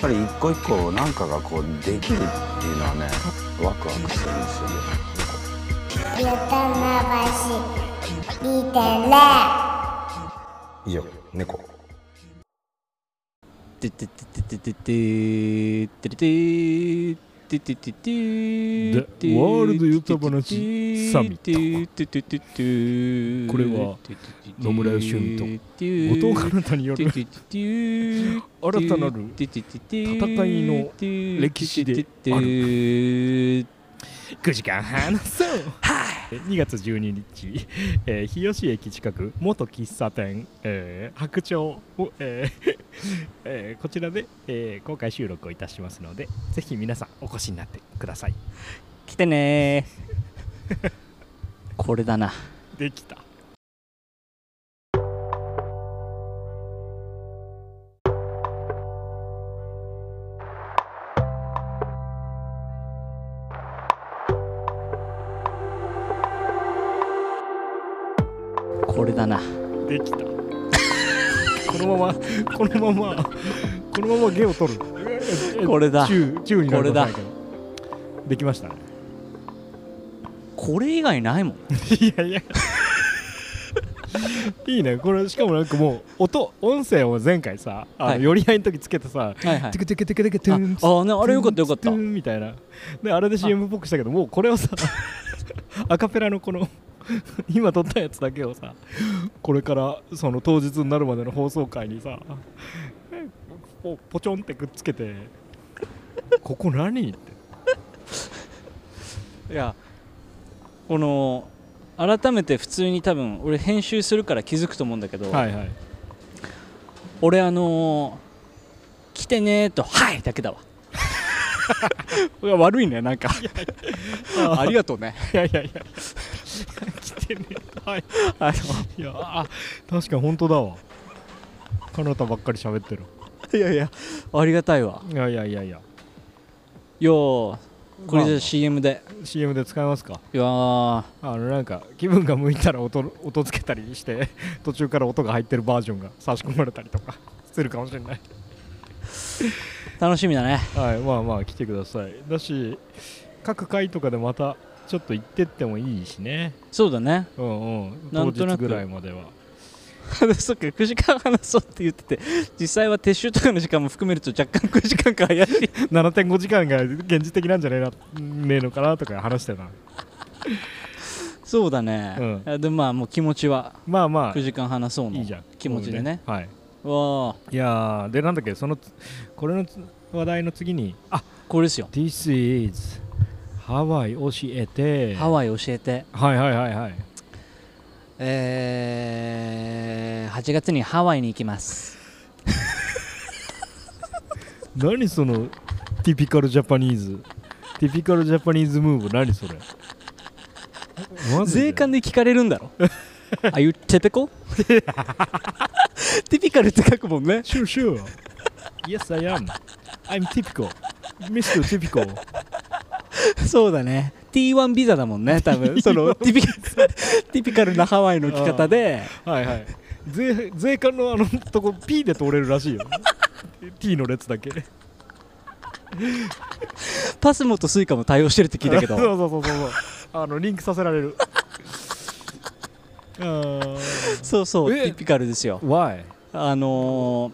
ぱり一個一個なんかがこうできるっていうのはねワクワクするんですよねゆたまばし見てね以上猫てててててててててててててててでワールドユタ話サミッこれは野村義臣と後藤かなたによ る新新たなる戦いの歴史である9時間話そうはい2月12日、えー日吉駅近く元喫茶店、えー白鳥を、えー えーこちらで、えー公開収録をいたしますのでぜひ皆さんお越しになってください来てね これだなできたこれだなできたこのままこのままこのままゲを取るこれだ中中になるこれだかもしれないけどできましたねこれ以外ないもんいやいやいいねこれしかもなんかもう音音声を前回さあの、はい寄り合いの時つけてさはいはいテクテクテクテクトゥンああねあれよかったよかったトゥンみたいなであれで CM っぽくしたけどもうこれをさアカペラのこの今撮ったやつだけをさこれからその当日になるまでの放送回にさポポチョンってくっつけて「ここ何?」っていやこの改めて普通に多分俺編集するから気づくと思うんだけど、はいはい俺あのー来てねーと「はい!」だけだわいや悪いねなんかありがとうねいやいやいや来てねはいあいやあ確かに本当だわ彼方ばっかり喋ってるのいやいやありがたいわいやいやいやいやよーこれじまゃあ CM で CM で使いますかいやーあのなんか気分が向いたら音音つけたりして 途中から音が入ってるバージョンが差し込まれたりとか するかもしれない楽しみだねはいまあまあ来てくださいだし各回とかでまたちょっと行ってってもいいしねそうだね うんうんな当んとな日くぐらいまでは そっか9時間話そうって言ってて実際は撤収とかの時間も含めると若干9時間か怪しい7.5時間が現実的なんじゃねえなねえのかなとか話してたそうだね、うんいやでもまあもう気持ちはまあまあ9時間話そうのいいじゃん気持ちでねそうはわあいいやーでなんだっけそのつこれのつ話題の次にあこれですよ This is ハワイ教えてハワイ教えてはいはいはいはいえー、8月にハワイに行きます何そのティピカルジャパニーズティピカルジャパニーズムーブ何それマジで税関で聞かれるん だろ Are you typical? ティピカルって書くもんね Sure sure Yes I am I'm typical Mr. Typical そうだね T1 ビザだもんね多分 そのティピティピカルなハワイの着方 ではいはい税税関のあのとこ P で通れるらしいよ T の列だけパスモとスイカも対応してるって聞いたけ そどうそうそうそうそうあのリンクさせられ るあーそうそうえティピカルですよ Why? あのー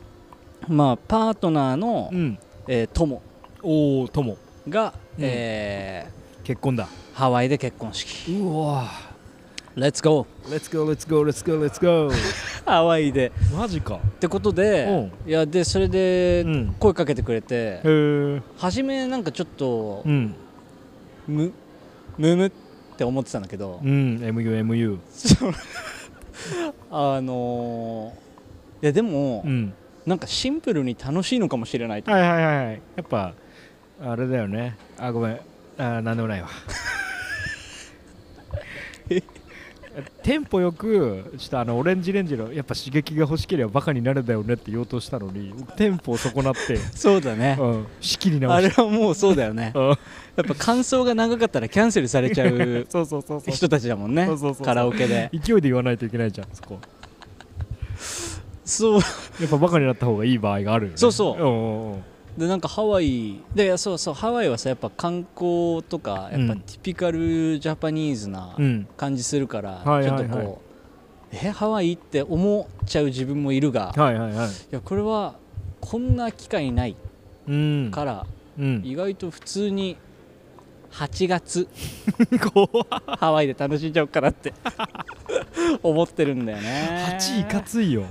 まあパートナーの、んえー友おおともが、うんえ結婚だーハワイで結婚式うわ Let's go Let's go let's go let's go let's go ハワイでマジかってことでいやでそれうでん声かけてくれてへえ初めなんかちょっとうんむむむって思ってたんだけどうん MUMU そのあのーいやでもうんなんかシンプルに楽しいのかもしれないとはいはいはいはいやっぱあれだよねあごめんあーなんでもないわテンポよくちょっとあのオレンジレンジのやっぱ刺激が欲しければバカになるだよねって言おうとしたのにテンポを損なって、そうだねうん、仕切り直あれしはもうそうだよねたうんやっぱ感想が長かったらキャンセルされちゃうそうそうそうそう人たちだもんねそうそうそうそ うカラオケで勢いで言わないといけないじゃんそこそうやっぱバカになった方がいい場合があるよねそうそうんうんうんでなんかハワイでそうそうハワイはさやっぱ観光とかやっぱうんティピカルジャパニーズなうん感じするから、はいちはいょっはといこう、えハワイって思っちゃう自分もいるが、い、はいはいはいやこれはこんな機会ないうんから、うん意外と普通に8月 怖ハワイで楽しんじゃおうかなって 思ってるんだよね8位かついよ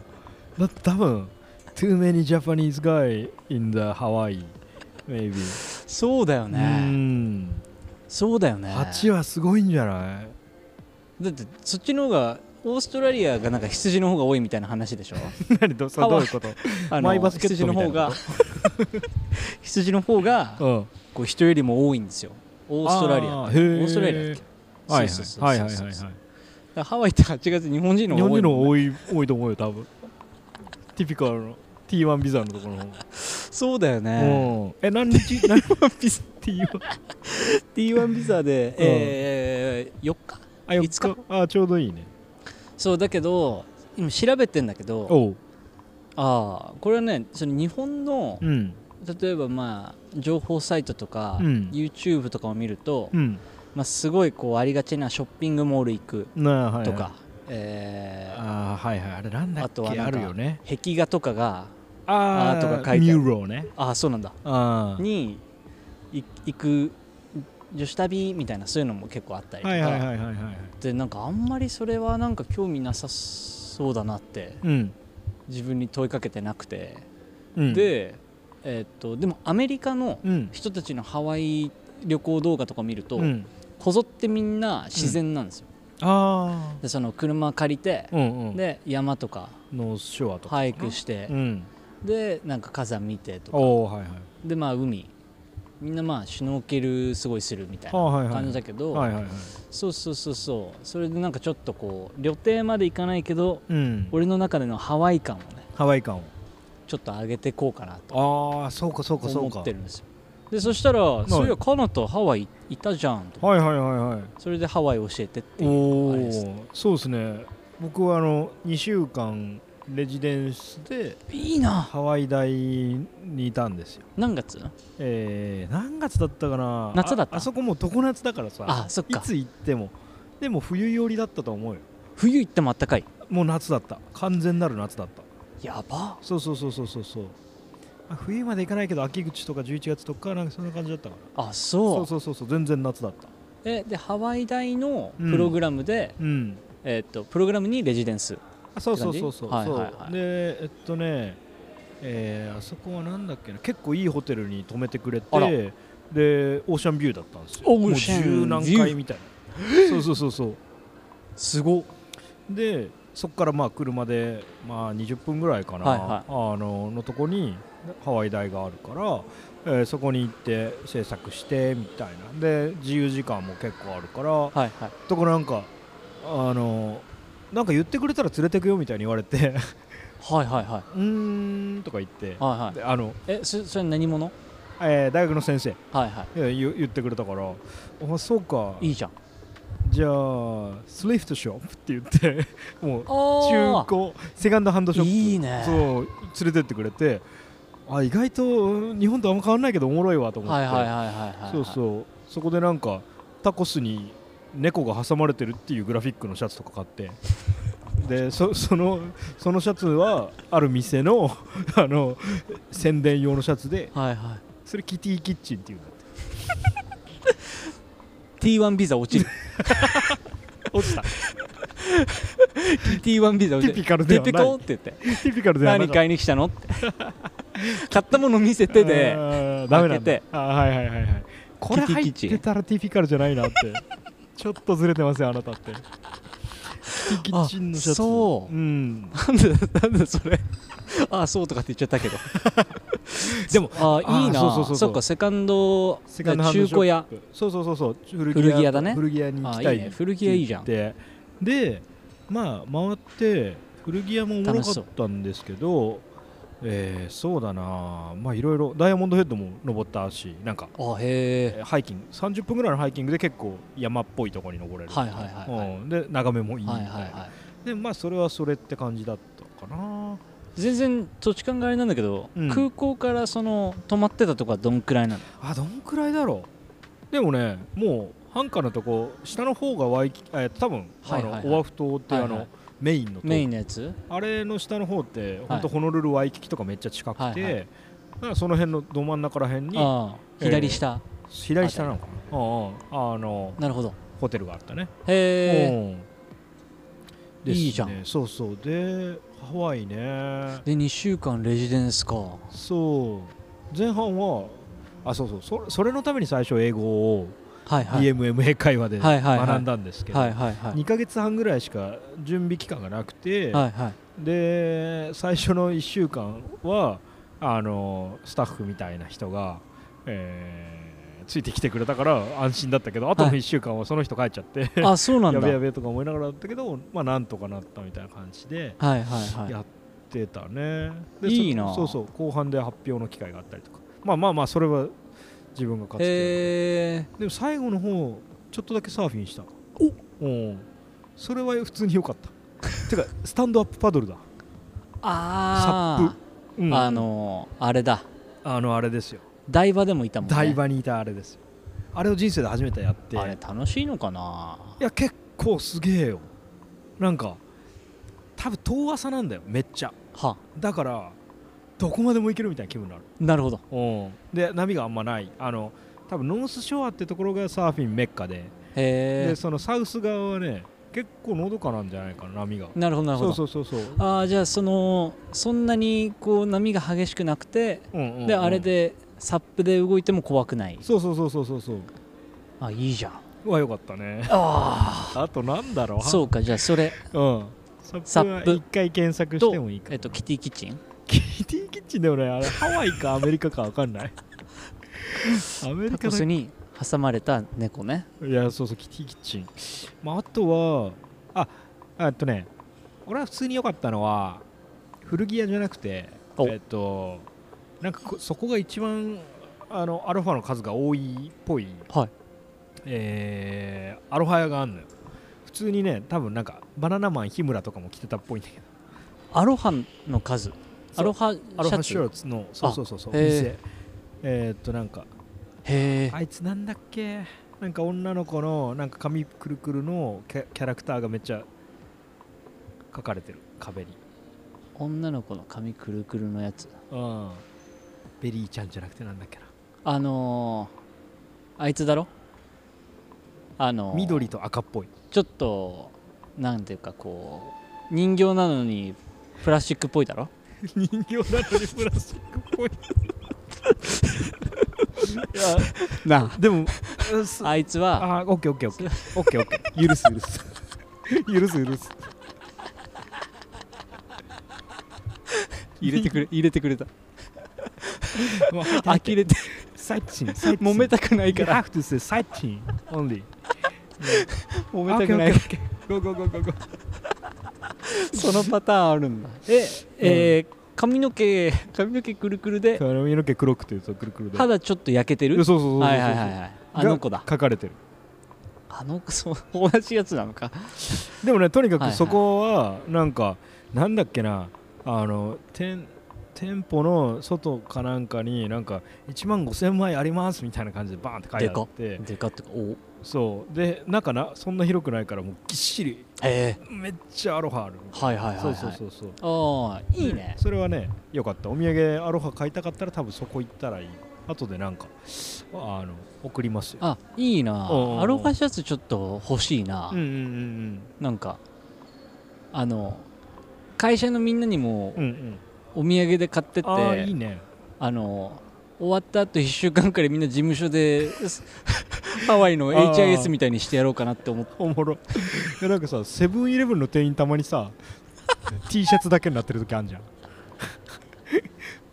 だって多分 Too many Japanese guy in the Hawaii maybe そうだようねんそうだよね8はすごいんじゃない だってそっちの方がオーストラリアがなんか羊の方が多いみたいな話で しょ何どそれどういうことあマイのバスケッ羊トのみたい方なが こ羊の方がうんこう人よりも多いんですよ オーストラリアあオーへーーストラリアだっけはいそうそうそうそうはいはいはいはいはいだからハワイって8月日本人の日方本が多人いのもんね方多い多いと思うよ多分ティピカルの T1 ビザのところの方がそうだよねうんえ 何日何ビザ T1 T1 ビザで、えー、4日あよっいつかあちょうどいいねそうだけど今調べてんだけどおうああこれはねその日本のうん例えばまあ情報サイトとか、うん YouTube とかを見ると、うんまあ、すごいこうありがちなショッピングモール行くなあはいはいとか、えーあーはいはいあれなんだっあとはなんけかあるよね壁画とかがあーとか書いてあるニューローねああそうなんだあーにい行く女子旅みたいなそういうのも結構あったりとか、はいはいはいはいはいでなんかあんまりそれはなんか興味なさそうだなってうん自分に問いかけてなくて、うんで、えーっとでもアメリカのうん人たちのハワイ旅行動画とか見ると、うんこぞってみんな自然なんですよ、あでその車借りてあ、うんうんで山とかノースショアとかハイクしてう、んでなんか火山見てとかおおはいはいでまあ海みんなまあシュノーケルすごいするみたいあなはいはい感じだけど、はいはいはいそうそうそうそうそれでなんかちょっとこう旅程まで行かないけどうん俺の中でのハワイ感をねハワイ感をちょっと上げてこうかなとああそうかそうかそう思かってるんですよでそしたら、いそういやカナとハワイいたじゃんとはいはいはいはいそれでハワイ教えてっていうおあれですおそうですね僕はあの2週間レジデンスでいいなハワイ大にいたんですよ何月えー、何月だったかな夏だったああそこもう常夏だからさあそっかいつ行ってもでも冬寄りだったと思うよ冬行ってもあったかいもう夏だった完全なる夏だったやばそうそうそうそうそうそうあ冬まで行かないけど秋口とか11月とかなんかそんな感じだったからあそうそうそうそうそう全然夏だったえでハワイ大のプログラムで、うんえーっとプログラムにレジデンスあそうそうそうそっう、て感じはいはいはいそうでえっとねえーあそこはなんだっけな結構いいホテルに泊めてくれてあらでオーシャンビューだったんですよオーシャンビューもう十何階みたいなそうそうそうそうすごでそこからまあ車で、まあ、20分ぐらいかな、はいはいあののとこにハワイ大があるから、えーそこに行って制作してみたいなで自由時間も結構あるからはいはいとこなんかあのなんか言ってくれたら連れてくよみたいに言われて はいはいはいうーんとか言って、はいはいであのえそそれ何者えー大学の先生はいはいえー言言ってくれたからあそうかいいじゃんじゃあスリフトショップって言って もうあ中古セカンドハンドショップいいねそう連れてってくれてあ意外と日本とあんま変わんないけどおもろいわと思っはいて、はいはいはいはいはいそうそうそこでなんかタコスに猫が挟まれてるっていうグラフィックのシャツとか買って でそそのそのシャツはある店の あの宣伝用のシャツではいはそれキティキッチンっていうんだってい T1 ビザ落 ちる落 ちた T1 ビザ落ちるティピカルではないティピコって言ってティピカルではな何かった買いに来たのって 買ったもの見せて であーダメな開んだけてあーはいはいはいはいこれキキ入キっチてたらティフィカルじゃな いなってちょっとずれてますよあなたってキキキッチンのシャツあそううんなんでなんでそれ ああそうとかって言っちゃった けどでもああいいなあそうそうそうそうっかセカンドセカンドハンド中古屋ショップそうそうそうそう古古着屋だね古着屋に行きあたーいいいね古着屋いいじゃんって言ってでまあ回って古着屋もおもろかったんですけどえー、そうだなまあいろいろダイヤモンドヘッドも登ったしなんかあへええーハイキング30分ぐらいのハイキングで結構山っぽいところに登れるはいはいはいはいうんで眺めもいいみはたいいは、ないはいでまあそれはそれって感じだったかな全然土地勘があれなんだけど、うん空港からその泊まってたとこはどんくらいなのあどんくらいだろうでもねもう繁華のとこ下の方がワイキえー多分、はいはいはいあのオアフ島って、あはいはのいメインのとメインのやつあれの下の方っはてい本当ホノルルワイキキとかめっちゃ近くて、はいはいだからその辺のど真ん中ら辺にああえー左下、左下なのかなうんうんあのなるほどホテルがあったね、へえうんいいじゃんですねそうそうでハワイねで2週間レジデンスかそう前半はあそうそうそれそれのために最初英語をはいはい DMM 英会話ではいはいはい学んだんですけどはいはいはい2ヶ月半ぐらいしか準備期間がなくて、はいはいで最初の1週間はあのスタッフみたいな人が、えーついてきてくれたから安心だったけどあとのはい1週間はその人帰っちゃって、あそうなんやだべやはいべとか思いながらだったけど、まあ、なんとかなったみたいな感じではいはやってたね、でいいなそそうそう後半で発表の機会があったりとかまあまあまあそれは自分が勝いへつけえどでも最後の方ちょっとだけサーフィンしたおうんそれは普通に良かった てかスタンドアップパドルだあサップ、うんああのーあれだあのあれですよ台場でもいたもんね台場にいたあれですよあれを人生で初めてやってあれ楽しいのかないや結構すげえよなんか多分遠浅なんだよめっちゃはだからどこまでも行けるみたいな気分になるなるほどで波があんまないあの多分ノースショアってところがサーフィンメッカで,、へでそのサウス側はね結構のどかなんじゃないかな波がえなるほどなるほどそうそうそうそうああじゃあそのそんなにこう波が激しくなくてうんうんうんであれでサップで動いても怖くないそうそうそうそうそうそうあいいじゃんうわよかった ねああとなんだろうそうかじゃあそれうん、サップサはップ一回検索しとてもいいかなえっとキティキッチンキティキッチンでもねあれハワイかアメリカか分か んないアメリタカコだスいに挟まれた猫ねやそうそうキティキッチン、まあ、あとはああとね俺は普通に良かったのは古着屋じゃなくておえっとなんかこそこが一番あのアロハの数が多いっぽい、はいえーアロハ屋があるのよ普通にね多分なんかバナナマン日村とかも着てたっぽいんだけどアロハの数アそうロハシアロハャシャツツのそうそうそうそへうー店えーっとなんかへえ あいつなんだっけなんか女の子のなんか髪くるくるのキャキャラクターがめっちゃ描かれてる壁に女の子の髪くるくるのやつうんベリーちゃんじゃなくてなんだっけあのー、あいつだろあのなー緑と赤っぽいちょっとなんていうかこう人形なのにプラスチックっぽいだろ人形なのにプラスチックっぽい いやなで もうっす あいつはあーオッケーオッケーオ ッケーオッケーオッケー許す許す許す許す入れてくれ 入れてくれたもう入って入って呆れ てサイチンサイチン揉めたくないか You ら have to say サイチン only 揉めたくない go go go go go そのパターンあるんだえ、えー髪の毛髪の毛くるくるで髪の毛黒くてそうくるくるで肌ちょっと焼けていやるそうそうそうそうそうはいはいはいはいあの子だが書かれてるあの子そう同じやつなのかでもねとにはかいはくいそこはなんか、なんだっけなあの店店舗の外かなんかになんか1万5000枚ありますみたいな感じでバーンって書いてあってでかってかおそうで中なそんな広くないからもうぎっしりえめっちゃアロハある、ー、はいはいはい、そはうい、そうそうそうああいいねでそれはねよかったお土産アロハ買いたかったら多分そこ行ったらいい後でなんかあの送りますよあいいうんうんなうんアロハシャツちょっと欲しいな、うんうんうんなんかあの会社のみんなにもうんうんうんお土産で買ってって、ああいいねあの終わった後1週間くらいみんな事務所 でハワイの HIS みたいにしてやろうかなって思っておもろいやなんかさセブンイレブンの店員たまにさ T シャツだけになってる時あんじゃん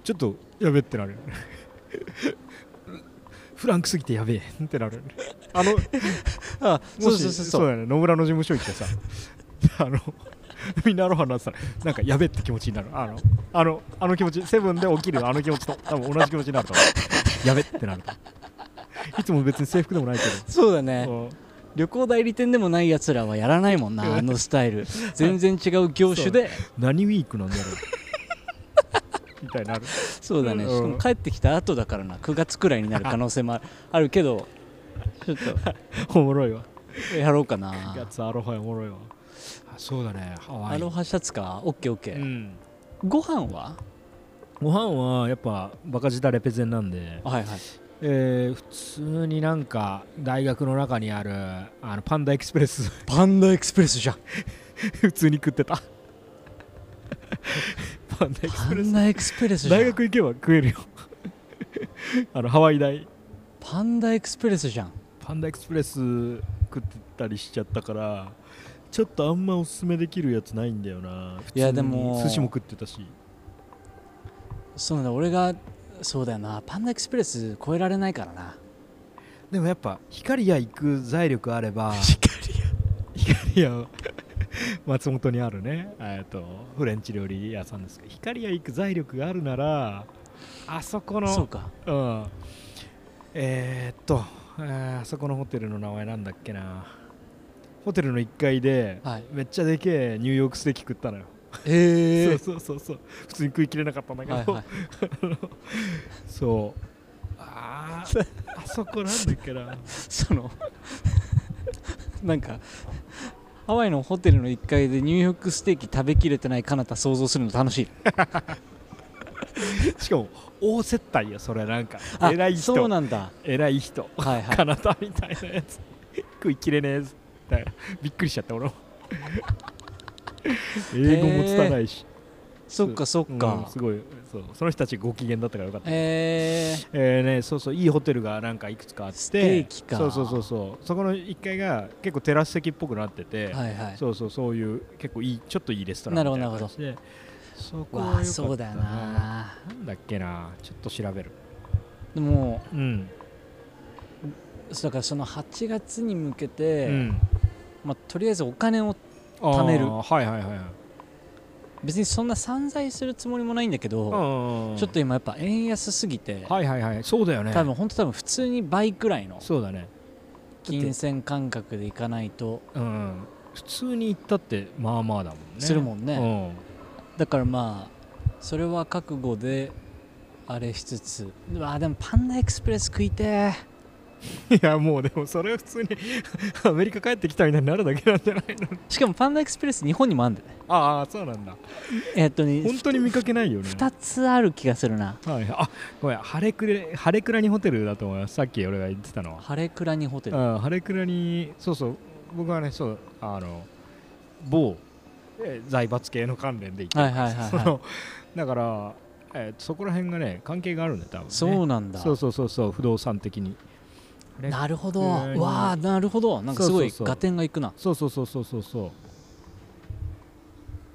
ちょっとやべってなるよねフランクすぎてやべえってなるよねあのあもしそうだよね野村の事務所行ってさ あの みんなアロハになってたらなんかやべって気持ちになるあのあのあの気持ちセブンで起きるあの気持ちと多分同じ気持ちになると思うや べってなると思ういつも別に制服でもないけそうだねど旅行代理店でもないやつらはや らないもんなあのスタイル全然違う業種で何ウィークなんだろう みたいなのあるそうだね、うんしかも帰ってきた後だからな9月くらいになる可能性もあるあるけどちょっおもろいわとやろうかなやつアロハおもろいわそうだねハワアロハシャツかオッケーオッケうー、んご飯はご飯はやっぱバカ舌レペゼンなんで、あはいはいえー普通になんか大学の中にあるあのパンダエクスプレス パンダエクスプレスじゃん普通に食ってた パンダエクスパプレンスダエクスプレスじゃん大学行けば食えるよ あのハワイ大パンダエクスプレスじゃんパンダエクスプレス食ってたりしちゃったからちょっとあんまおすすめできるやつないんだよな普通にいやでも寿司も食ってたしそうなんだ俺がそうだよなパンダエクスプレス超えられないからなでもやっぱ光屋行く財力あ れば光屋光屋松本にあるねえっとフレンチ料理屋さんですけど光屋行く財力があるならあそこのそう かうん、えーっとえーあそこのホテルの名前なんだっけなホテルの1階で、はいめっちゃでけえニューヨークステーキ食ったのよ、えそうそうそうそう普通に食いきれなかったんだけど、はいはい そうあーあそこなんだっけなその なんかハワイのホテルの1階でニューヨークステーキ食べきれてない彼方想像するの楽しいしかも大接待よそれなんかあ偉いそう人なんだ偉い人はいはいかなたみたいなやつ 食いきれねえぞだからびっくりしちゃった俺も英語も伝ないし、そっかそっうんかすごいそうその人たちご機嫌だったからよかったえーえーね、そうそういいホテルがなんかいくつかあってステーキかそうそうそうそうそこの1階が結構テラス席っぽくなってて、はいはいそうそうそういう結構いいちょっといいレストランみたいな感じでそこは良わかあったそうだよななんだっけなちょっと調べるでもうん、だからその8月に向けて、うんまあ、とりあえずお金をあー貯めるはいはいはいはい別にそんな散財するつもりもないんだけど、うんちょっと今やっぱ円安すぎて、はいはいはいそうだよね多分本当多分普通に倍くらいのそうだね金銭感覚でいかないとうん普通に行ったってまあまあだもんねするもんねうんだからまあそれは覚悟であれしつつうわでもパンダエクスプレス食いていやもうでもそれは普通に アメリカ帰ってきたみたいになるだけなんじゃないのーしかもパンダエクスプレス日本にもあるんだよねああそうなんだえーっとね本当に見かけないよね2つある気がするなはい、あごめんハレクレハレクラニホテルだと思いますさっき俺が言ってたのはハレクラニホテルうんハレクラニそうそう僕はねそうあの某えー財閥系の関連で行ってはいはいはいそはいの だから、えーそこら辺がね関係があるんだよ多分、ね、そうなんだそうそうそうそう不動産的にねなるほどえーうわあなるほどなんかすごいそうそうそう合点がいくなそうそうそうそうそうそう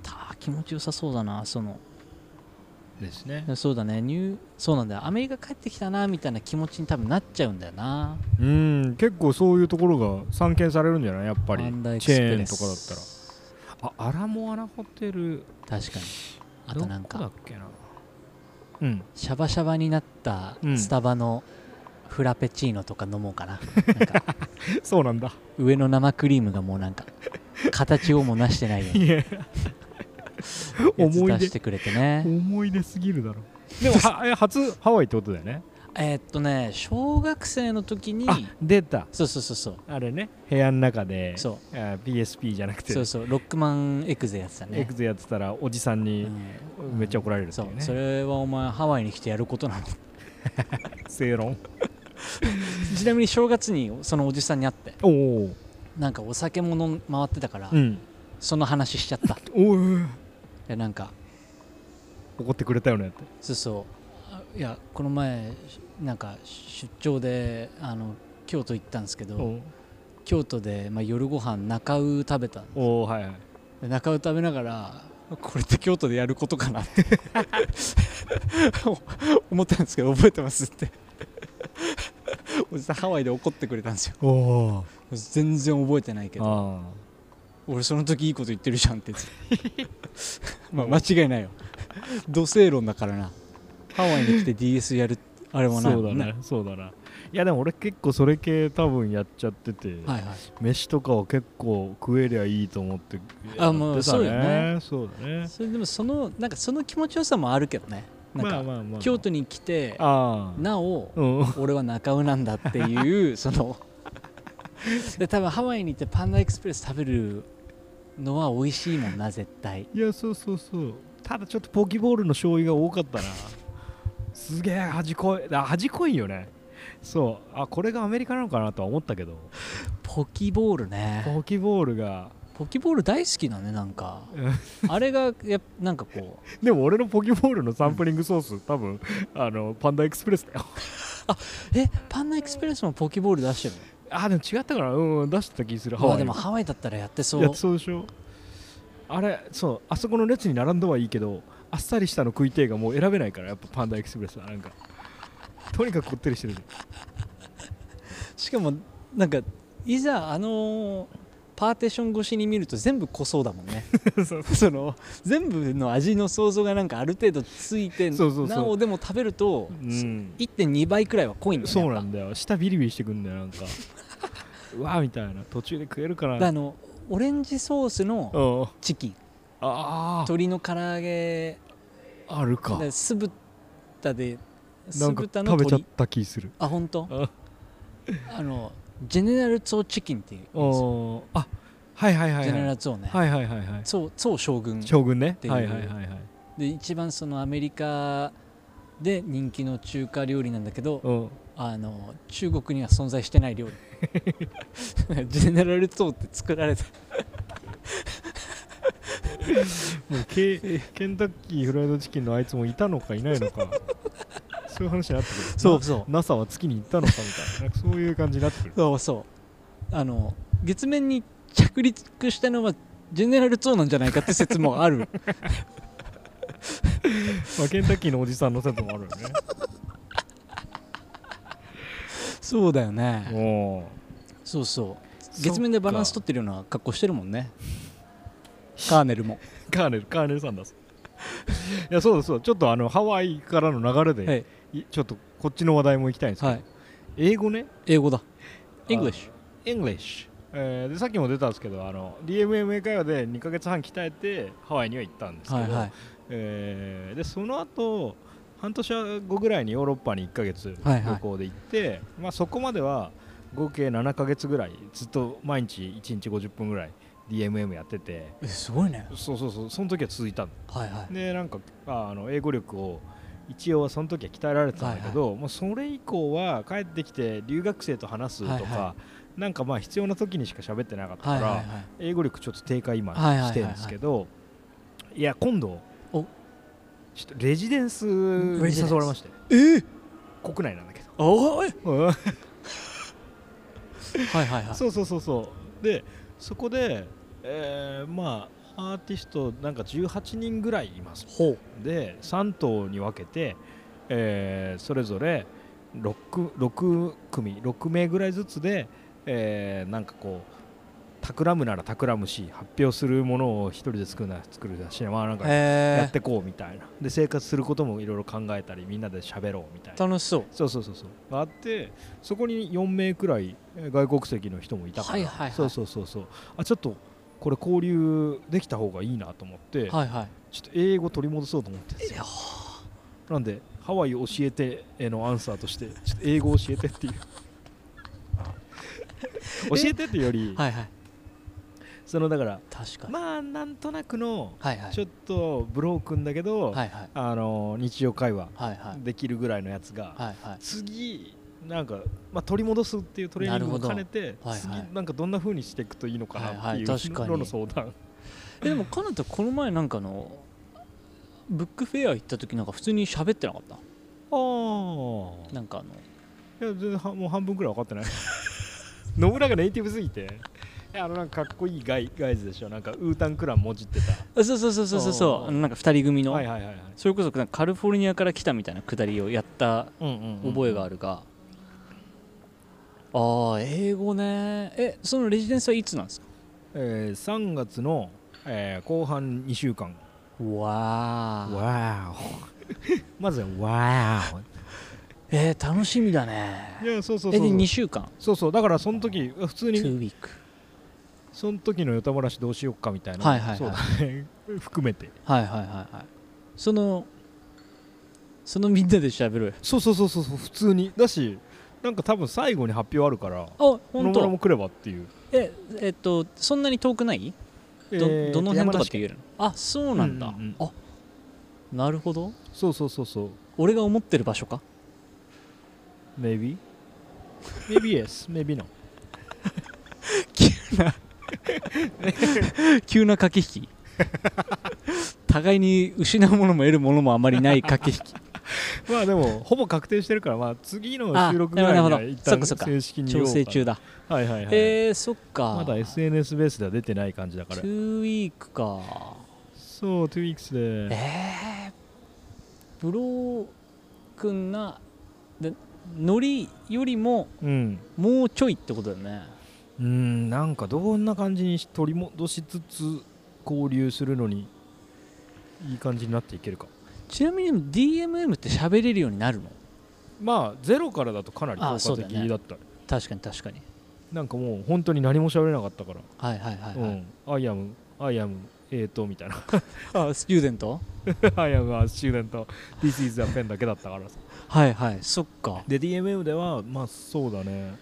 たー気持ちよさそうだなそのですねそうだねニューそうなんだよアメリカ帰ってきたなみたいな気持ちに多分なっちゃうんだよなうん結構そういうところが散見されるんじゃないやっぱりパンダエクスチェプーンレとかだったらスあアラモアナホテル確かにあとなんどかこだっけなうんシャバシャバになったうんスタバのフラペチーノとか飲もうかな,、なんか そうなんだ上の生クリームがもうなんか形をもなして ないよういやなやつ 思い出出してくれてね思い出すぎるだろ でもはえ初ハワイってことだよねえーっとね小学生の時にあ出たそうそうそうそうあれね部屋の中でそうあ PSP じゃなくてそうそうロックマンエクゼやってたねエクゼやってたらおじさんにうんめっちゃ怒られるってそいううね、それはお前ハワイに来てやることなの 正論ちなみに正月にそのおじさんに会っておおなんかお酒も飲ん回ってたから、うんその話しちゃったおおでなんか怒ってくれたよねってそうそうあいやこの前なんか出張であの京都行ったんですけどお京都で、まあ、夜ご飯中う食べたおはいはいで中う食べながらこれって京都でやることかなって 思ったんですけど覚えてますっておじさんハワイで怒ってくれたんですよおお全然覚えてないけどあ俺その時いいこと言ってるじゃんって言って まあ間違いないよ土星論だからなハワイに来て DS やるあれあもないそうもだんねそうだないやでも俺結構それ系多分やっちゃってて、はいはい飯とかは結構食えりゃいいと思ってやってたねあもうそうよねそうだねそれでもそのなんかその気持ちよさもあるけどねなんか、まあまあまあ京都に来てああなおうん俺は中尾なんだって いうそので多分ハワイに行ってパンダエクスプレス食べるのは美味しいもんな絶対いやそうそうそうただちょっとポキボールの醤油が多かったなすげえ恥こいあ恥こいよねそうあこれがアメリカなのかなとは思ったけどポキボールねポキボールがポキボール大好きだねなんかうんあれがやっなんかこうでも俺のポキボールのサンプリングソース、多分あのパンダエクスプレスだよえパンダエクスプレスもポキボール出してるあでも違ったからうんうん出してた気するのまあイでもハワイだったらやってそういやそうでしょあれそうあそこの列に並んだはいいけどあっさりしたの食いてえがもう選べないからやっぱパンダエクスプレスはなんかとにかくこってりしてるしかもなんかいざあのーパーテーション越しに見ると全部濃そうだもんね そうその全部の味の想像がなんかある程度ついてそうそうそうなおでも食べると、うん1.2倍くらいは濃いんだよねそうなやっんだよ舌ビリビリしてくんだ よなんかうわーみたいな途中で食えるかぱなであのオレンジソースのうんチキンあー鶏の唐揚げあるかで酢豚でな酢んか豚の食べちゃっ鶏た気するあ本当うんあのジェネラルツォーチキンっていうんですよおーあはいはいはいジェネラはルいツォーね、はいはいはいはいツォーツォー将軍将軍ねていうはいはいはいはいで一番そのアメリカで人気の中華料理なんだけど、うんあの中国には存在してない料理 ジェネラルツォーって作られたもうケ ケンタッキーフライドチキンのあいつもいたのかいないのかそういう話になってくるそうそうな NASA は月に行ったのかみたいななんかそういう感じになってくるそうそうあの月面に着陸したのはジェネラルツォーなんじゃないかって説もあるまあケンタッキーのおじさんの説もあるよね そうだよ ねおーそうそうか月面でバランス取ってるような格好してるもんねカーネルもカーネルカーネルさんだそう いやそうだそうだちょっとあのハワイからの流れで、はい、いちょっとこっちの話題も行きたいんですけど、はい、英語ね英語だ English English、えーでさっきも出たんですけどあの DMM 英会話で2ヶ月半鍛えてハワイには行ったんですけはど、いはいえーでその後半年後ぐらいにヨーロッパに1ヶ月はいはい旅行で行って、まあ、そこまでは合計7ヶ月ぐらいずっと毎日1日50分ぐらい DMM やっててえすごいねそうそうそうその時は続いたのはいはいでなんかああの英語力を一応その時は鍛えられてたんだけど、もうそれ以降は帰ってきて留学生と話すとか、はいはなんかまあ必要な時にしか喋ってなかったかはらい、はいはい英語力ちょっと低下今はいはいはいはいしてるんですけど、いや今度おちょっとレジデンスに誘われましてえっ国内なんだけど、おい はいはいはいそうそうそうそうでそこで、えーまあアーティストなんか18人ぐらいいますほうで3頭に分けて、えーそれぞれ 6, 6組6名ぐらいずつで、えーなんかこう企むなら企むし発表するものを一人で作るなら作るだし、まあ、なんかやへってこうみたいな、で生活することもいろいろ考えたりみんなで喋ろうみたいえな楽しそうそうそうそうそうがあってそこに4名くらいえー外国籍の人もいたから、はいはいはいそうそうそうそうあちょっとこれ交流できた方がいいなと思って、はいはいちょっと英語取り戻そうと思ってんですいよやなんでハワイ教えてへのアンサーとしてちょっと英語教え てっていう教えてっていうより、はいはいそのだから確かに、まあなんとなくのはいはいちょっとブロークンだけど、はいはいあの日常会話はいはいできるぐらいのやつが、はいはい次なんか、まあ、取り戻すっていうトレーニングを兼ねて、なるほどはいはい次なんかどんな風にしていくといいのかなっていうはいはい確かにのの相談えでもカナダこの前なんかあのブックフェア行った時なんか普通に喋ってなかったああなんかあのいや全然はもう半分くらい分かってない 野村がネイティブすぎていやあのなんかかっこいいガイガイズでしょなんかウータンクランもじってたあそうそうそうそうそうそうおーあのなんか2人組の、はいはいはいはいそれこそなんかカリフォルニアから来たみたいなくだりをやった覚えがあるるが、ああ英語ねえそのレジデンスはいつなんですかえー、3月の、えー、後半2週間わーわ おまずはわえー、楽しみだねおいやそうそうえそで2う週間そうそうだからその時普通に2ウィークその時のヨタ話どうしようかみたいな、はいはいはいそうだね含めてはいはいはいはいそのそのみんなで喋るそうそうそうそうそう普通にだしなんか多分最後に発表あるからあこの本ま当も来ればっていうええっとそんなに遠くないどどどの辺とかって言えるのあそうなんだ、うんうんうんあなるほどそうそうそうそう俺が思ってる場所か maybe maybe yes maybe no 急な駆け引 き互いに失うものも得るものもあまりない駆け引きまあで もほぼ確定してるからまあ次の収録ぐあらいなるにほどは一そっ旦かそっか正 式に言調おうか整中だ、はいはいはい、えー、そっかまだ SNS ベースでは出てない感じだからトゥーウィークかそう 2weeks でえー、ブロークンなでノリよりもうんもうちょいってことだよねうんなんかどんな感じに取り戻しつつ交流するのにいい感じになっていけるかちなみにでも DMM って喋れるようになるのまあゼロからだとかなり効あそう果だ的よねだった確かに確かになんかもう本当に何も喋れなかったからはいはいはい、うはいん「アイアムアイアムえーと」みたいな あスチューデント「アイアムはシューデント This is a pen」だけだったからさはいはいそっかで DMM ではまあそうだね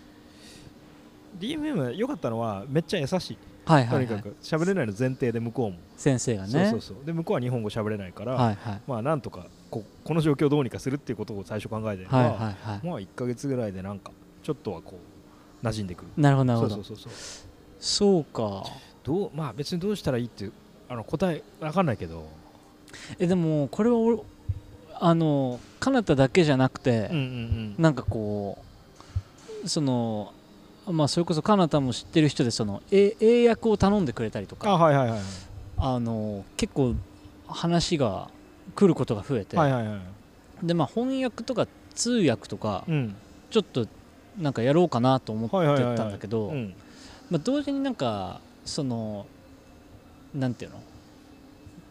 DMM 良かったのはめっちゃ優しいはいとはい、にはかい、く喋れないの前提で向こうも先生がねそうそうそうで向こうは日本語喋れないから、はいはいまあなんとかここの状況をどうにかするっていうことを最初考えてればはいはいはいまあ1か月ぐらいでなんかちょっとはこう馴染んでくるなるほどなるほどそそううそうそうそうかどうまあ別にどうしたらいいっていうあの答えわかんないけどえでもこれは俺あのカナダだけじゃなくて、うんうんうんなんかこうそのまあそれこそカナタも知ってる人でそのえ英訳を頼んでくれたりとあかはいはいはいあの結構話が来ることが増えて、はいはいはいでまあ翻訳とか通訳とかうんちょっとなんかやろうかなと思ってはいはいはいはいたんだけど、うんまあ、同時になんかそのなんていうの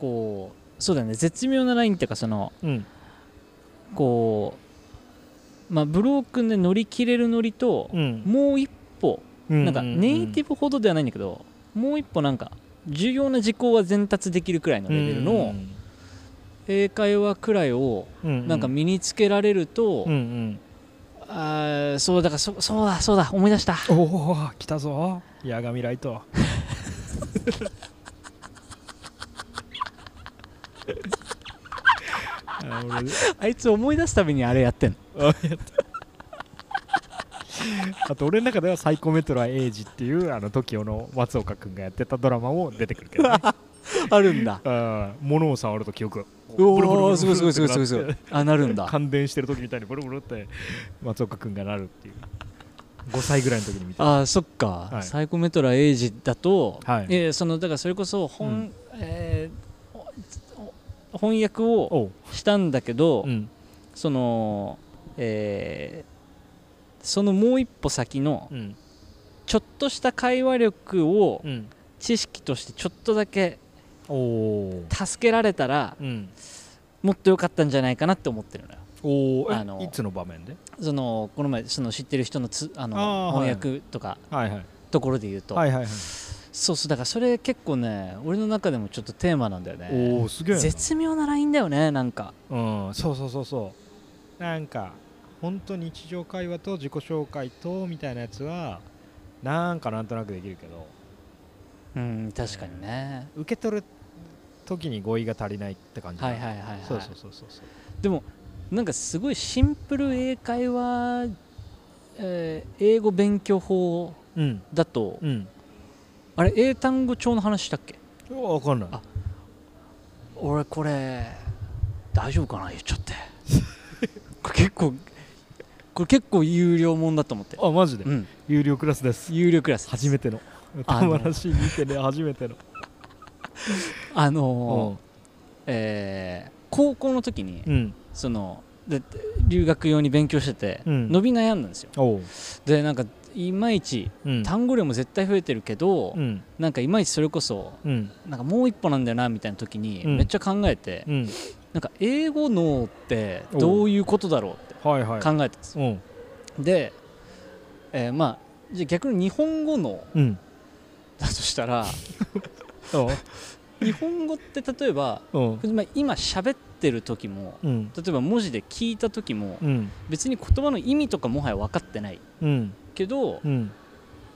こうそうだよね絶妙なラインっていうかそのうんこうまあブロークンで乗り切れる乗りと、うんもう一歩うんなんかネイティブほどではないんだけど、もう一歩なんか重要な事項は伝達できるくらいのレベルの英会話くらいをなんか身につけられると、うんうんあーそうだからそそうだそうだ思い出したおお来たぞ八神ライトあ俺 あいつ思い出すたびにあれやってんのあやったあと俺の中では「サイコメトラエイジ」っていうあの TOKIO の松岡君がやってたドラマも出てくるけ どねあるんだうん物を触ると記憶がブルブおルブルブルおすごいすごいすごいすごいすごっていあなるんだ感電してる時みたいにブルブルって松岡君がなるっていう5歳ぐらいの時に見てあーそっか、はいサイコメトラエイジだと、はいえーそのだからそれこそ本、うんえーお翻訳をおうしたんだけど、うんそのえーそのもう一歩先のうんちょっとした会話力をうん知識としてちょっとだけおお助けられたらうんもっと良かったんじゃないかなって思ってるのよおおあのいつの場面でそのこの前その知ってる人のつあのあー翻訳とかはいはいところで言うと、はいはいはいそうそうだからそれ結構ね俺の中でもちょっとテーマなんだよおねおすげえな絶妙なラインだよねなんかうん、そうそうそうそうなんか本当に日常会話と自己紹介とみたいなやつはなんかなんとなくできるけどうん確かにね受け取る時に語彙が足りないって感じはいはいはいはいそうそうそうそうそうでもなんかすごいシンプル英会話、えー英語勉強法うんだと、うんあれ英単語帳の話したっけ分かんないあ俺これ大丈夫かな言っちゃ ってこれ結構これ結構有料もんだと思ってあマジで、うん有料クラスです有料クラスです初めてのあの友達見てね初めてのあのーうえー高校の時に、んそので留学用に勉強してて、うん伸び悩んだんですよおうでなんかいまいちうん単語量も絶対増えてるけど、うんなんかいまいちそれこそうんなんかもう一歩なんだよなみたいな時にうんめっちゃ考えて、うんなんか英語脳ってどういうことだろうってはいは考えいたんですよ、うんで、えーまあじゃあ逆に日本語脳うんだとした らおう日本語って例えばうんまあ今喋っってる時もうん例えば文字で聞いた時もうん別に言葉の意味とかもはや分かってないうんけどうん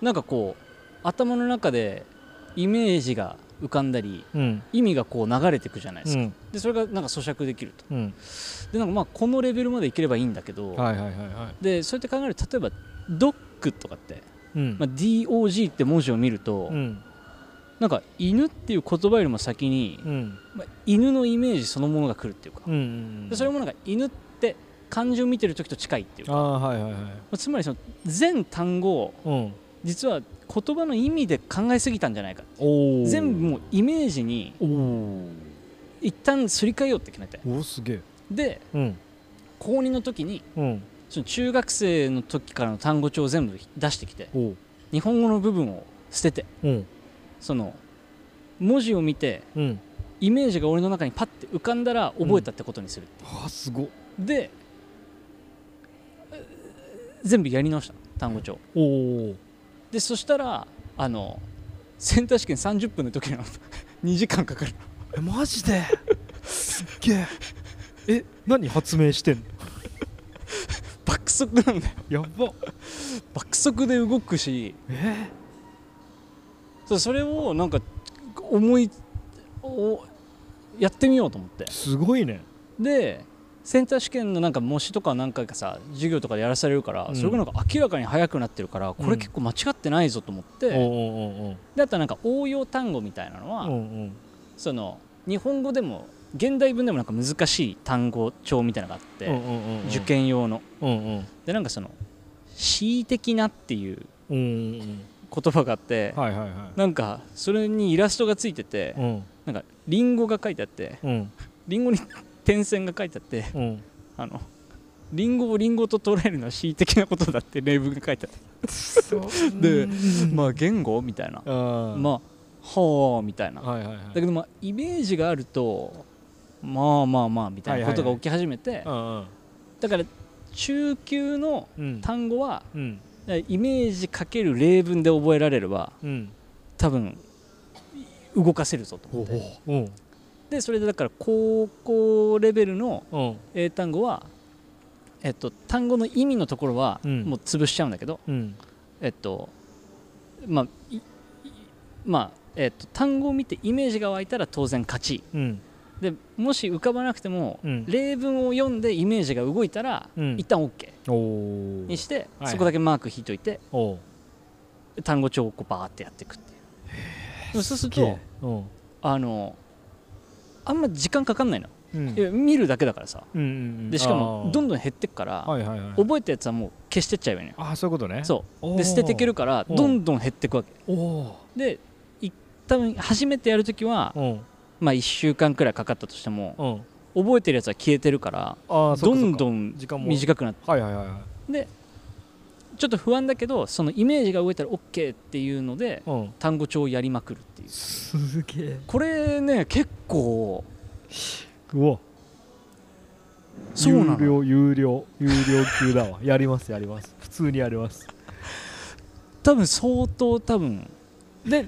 なんかこう頭の中でイメージが浮かんだりうん意味がこう流れてくじゃないでうすか、んでそれがなんか咀嚼できるとうんでなんかまあこのレベルまでいければいいんだけど、はいはいはいはでそうやって考えると例えば「ドック」とかって、いうんまあ、DOG って文字を見ると、うんなんか犬っていう言葉よりも先に、うんまあ、犬のイメージそのものが来るっていうか、うんうんでそれもなんか犬って漢字を見てる時と近いっていうかあまあはいはいはいあ、つまりその全単語をうん実は言葉の意味で考えすぎたんじゃないかおお全部もうイメージにおお一旦すり替えようって決めておおすげえでうん高2の時にうんその中学生の時からの単語帳を全部出してきておお日本語の部分を捨ててうんその文字を見てうんイメージが俺の中にパッて浮かんだら覚えたってことにする、あすごっでえ全部やり直したの単語帳おおでそしたらあのセンター試験30分の 時の2時間かかるえマジですっげええ何発明してんの爆速なんだよやば爆速で動くしえそうそれをなんか思いおやってみようと思ってすごいねでセンター試験のなんか模試とか何回かさ授業とかでやらされるから、うんそれがなんか明らかに速くなってるからこうれん結構間違ってないぞと思って、おおであとはなんか応用単語みたいなのおは、おうんその日本語でも現代文でもなんか難しい単語帳みたいなのがあって、うんうんうんうん受験用のうんうんでなんかその「恣意的な」っていううんうんうん言葉があって、はいはいはなんかそれにイラストがついててい、うんなんかリンゴが書いてあってうんリンゴに点線が書いてあってうんあのリンゴをリンゴと捉えるのは恣意的なことだって例文が書いてあってでまあ言語みたいなあまあはあみたいなだはいはいはいけどまあイメージがあるとまあまあまあみたいなことが起き始めてうんだから中級のうん単語はうんイメージかける例文で覚えられればうん多分動かせるぞと思っておうんでそれでだから高校レベルのうん英単語は、えっと、単語の意味のところはうんもう潰しちゃうんだけど、うんえっとまあいいまあえっと、単語を見てイメージが湧いたら当然勝ちうんでもし浮かばなくても、うん例文を読んでイメージが動いたら、うん一旦 OK おおにして、はいそこだけマーク引いといておお単語帳をこうバーってやっていくっていうでもそうするとうんあのあんま時間かかんないの、うんいや見るだけだからさうんうんでしかもどんどどん減ってくから、はいはいはい覚えたやつはもう消してっちゃえばいいのよああそういうことねそううで捨てていけるからおーどんどん減っていくわけおおで一旦初めてやるときはうんまあ1週間くらいかかったとしてもうん覚えてるやつは消えてるからああどんどんん時間も短くなってはいはいはいはいちょっと不安だけどそのイメージが動いたら OK っていうのでうん単語帳をやりまくるっていうすげえこれね結構うわそうな有の料有料有料級だわ やりますやります普通にやります多分相当多分で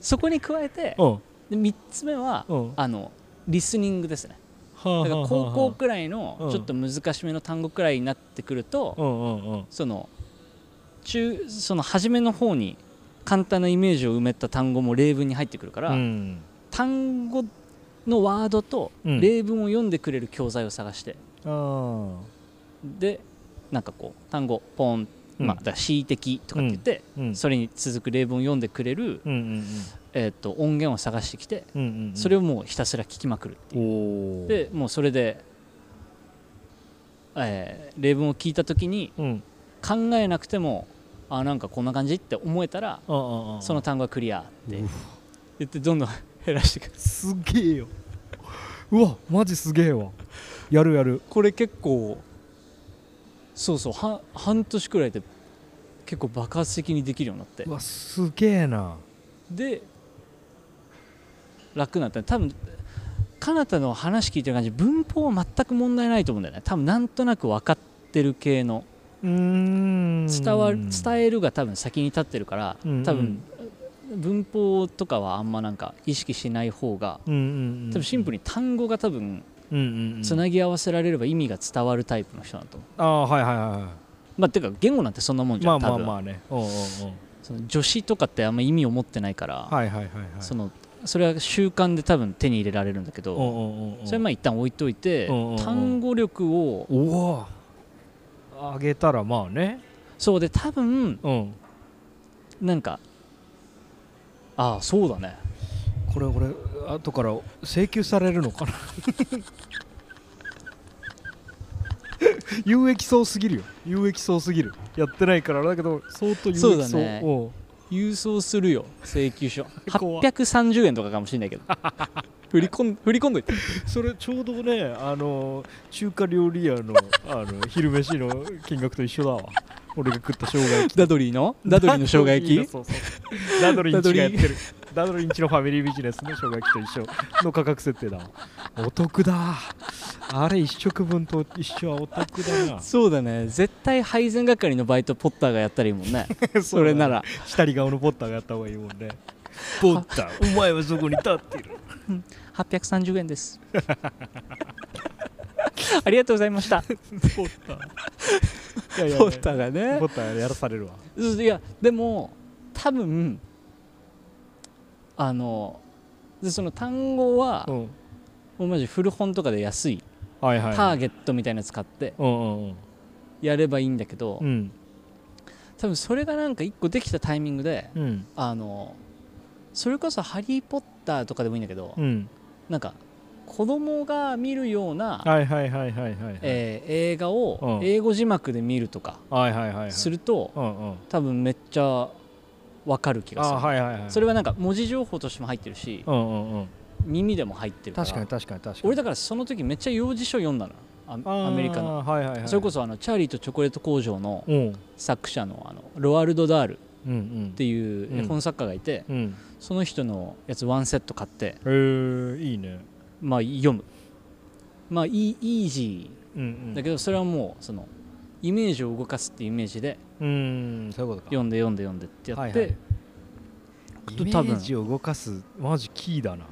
そこに加えてうんで3つ目はうんあのリスニングですねはだから高校くらいうのんちょっと難しめの単語くらいになってくるとうんうんうんその中その初めの方に簡単なイメージを埋めた単語も例文に入ってくるから、うん単語のワードとうん例文を読んでくれる教材を探して、あーでなんかこう単語ポン、うんまあ、だから恣意的とかって言って、うんそれに続く例文を読んでくれる、うんうんえー、と音源を探してきてうんうんうんそれをもうひたすら聞きまくるっていうおおでもうそれで、えー例文を聞いた時にうん考えなくてもあなんかこんな感じって思えたらああああその単語はクリアってうわ言ってどんどん減らしていくすげえ ようわマジすげえわやるやるこれ結構そうそうは半年くらいで結構爆発的にできるようになってうわすげえなで楽になった多分かなたの話聞いてる感じ文法は全く問題ないと思うんだよね多分なんとなく分かってる系のうーん伝わる伝えるが多分先に立ってるから、うん多分文法とかはあんまなんか意識しない方がうんうんうん多分シンプルに単語が多分うんうんうんつなぎ合わせられれば意味が伝わるタイプの人だと思ああはいはいはいはうまあてか言語なんてそんなもんいじまゃあん多まあ分、まあねおうおうおうその助詞とかってあんま意味を持ってないから、はいはいはいはいそのそれは習慣で多分手に入れられるんだけおうどおうおうおうそれはまあ一旦置いといてうんうんうん単語力をおおあげたらまあねそうで多分うんなんかああそうだねこれ俺後から請求される のかな有益そうすぎるよ有益そうすぎるやってないからだけど相当有益そうそうだねおう郵送するよ請求 書怖い830円とかかもしれない けど振り込ん振り込んどいてそれちょうどねあの中華料理屋のあの昼飯の金額と一緒だわ俺が食った生姜焼きダドリー のダドリーの生姜焼きそうそうダドリンチがやっ てるダドリンチのファミリービジネスの生姜焼きと一緒の価格設定だわお得だあれ一食分と一緒はお得だなそうだね絶対配膳係のバイトポッターがやったらいいもんね そそれなら下り顔のポッターがやった方がいいもんねポッターお前はそこに立ってる830円です ありがとうございましたポッターいやいやポッターがねポッターやらされるわうんいやでも多分あのでその単語は、うんもうマジ古本とかで安いはいはいターゲットみたいなの使ってうんうんうんやればいいんだけど、うん多分それがなんか一個できたタイミングでうんあのそれこそ「ハリー・ポッター」とかでもいいんだけど、うんなんか子供が見るような、はいはいはいはいはいえー映画をうん英語字幕で見るとかはいはいはいはいすると、うんうん多分めっちゃわかる気がすある、はいはいはいそれはなんか文字情報としても入ってるし、うんうんうん耳でも入ってるから確かに確かに確かに俺だからその時めっちゃ用辞書読んだのアアメリカの、あーはいはいはい、それこそあの「チャーリーとチョコレート工場」のうんうん作者のあのロワルド・ダールっうんていう絵う本ん作家がいて、うんその人のやつワンセット買ってへーいいねまあ読むまあイーイージうんうーんだけどそれはもうそのイメージを動かすっていうイメージでうんそういうことか読んで読んで読んでってやって、はいはいイメ多分ージを動かすマジキーだな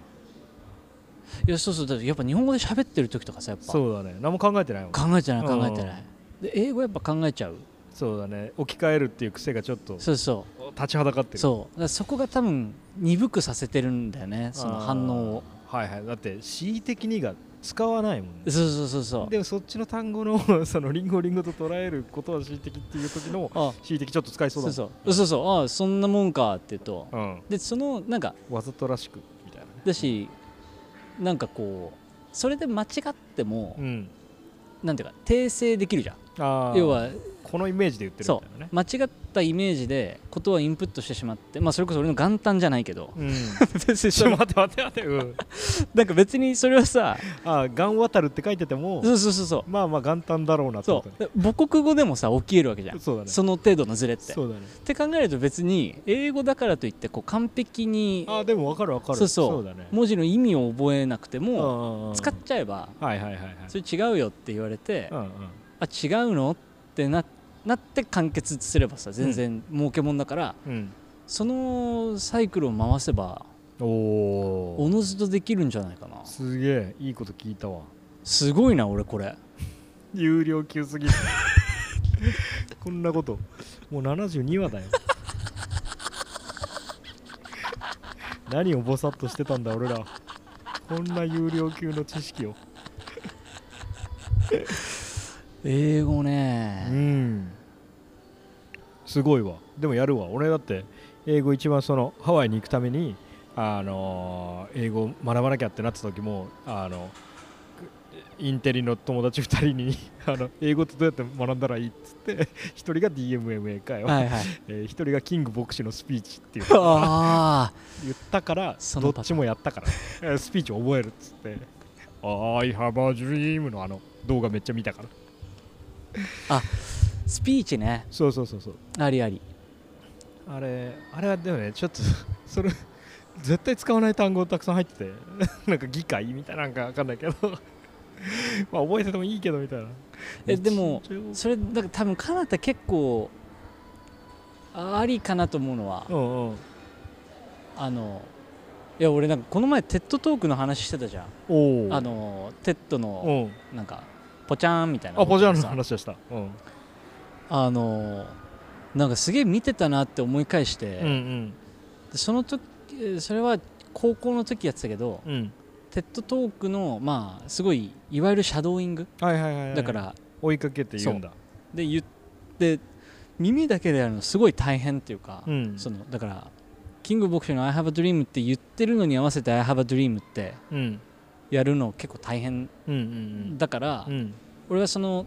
いやそうそうだってやっぱ日本語で喋ってる時とかさやっぱ考そうだね何も考えてないもんえてない考えてない、で英語やっぱ考えちゃうそうだね置き換えるっていう癖がちょっと立そうそうちはだかってるうそうだからそこが多分鈍くさせてるんだよねその反応をはいはいだって恣意的にが使わないもんねそうそうそうそうでもそっちの単語の そのリンゴをリンゴと捉えることは恣意的っていう時のあ恣意的ちょっと使いそそううだもんそうそうそうああそんなもんかって言うとうんでそのなんかわざとらしくみたいなねだしなんかこうそれで間違っても、うんなんていうか訂正できるじゃんあー要はこのイメージで言ってるそみたいなねう間違ったイメージでことはインプットしてしまってまあそれこそ俺の元旦じゃないけ ど うん、別にちそょの待って待って待って、うん、なんか別にそれはさああガン渡るって書いててもそうそうそうそうまあまあ元旦だろうなってこそとねう母国語でもさ起きえるわけじゃんそうだねその程度のズレってそうだねって考えると別に英語だからといってこう完璧にああでも分かる分かるそうそうだね文字の意味を覚えなくてもも使っちゃえばはいはいはいはいそれ違うよって言われてうんうんあ違うのってななって完結すればさ全然儲けもんだから、うんそのサイクルを回せばおおおのずとできるんじゃないかなすげえいいこと聞いたわすごいな俺これ有料級すぎる こんなこともう72話だよ何をぼさっとしてたんだ俺らこんな有料級の知識を英語うねんすごいわでもやるわ俺だって英語一番そのハワイに行くためにあのー英語学ばなきゃってなった時もあのインテリの友達2人に あの英語ってどうやって学んだらいいっつって1人が DMMA 会を、はいはいえ1人がキング牧師のスピーチっていうのを ああ言ったからそのどパターンっちもやったからえースピーチを覚えるっつって「I have a dream」のあの動画めっちゃ見たからスピーチねそうそうそうそうありありあれあれはでもねちょっと それ絶対使わない単語たくさん入って てなんか議会みたいななんかわかんないけど まあ覚えててもいいけどみたいなえでも日常それだから多分カナタ結構あありかなと思うのはうんうんあのいや俺なんかこの前テッドトークの話してたじゃんおおあのテッドうのんなんかポチャーンみたいなあポジャーノのさ話でしたうんあのなんかすげえ見てたなって思い返しうんうて、んでその時それは高校の時やってたけど、うんテッドトークのまあすごいいわゆるシャドーイングはいはいはいはいだから追いかけて言うんだで言って耳だけでやるのすごい大変っていうか、うんそのだからキング牧師の「I have a dream」って言ってるのに合わせて「I have a dream」ってうんやるの結構大変うんうんだから、うんうん俺はその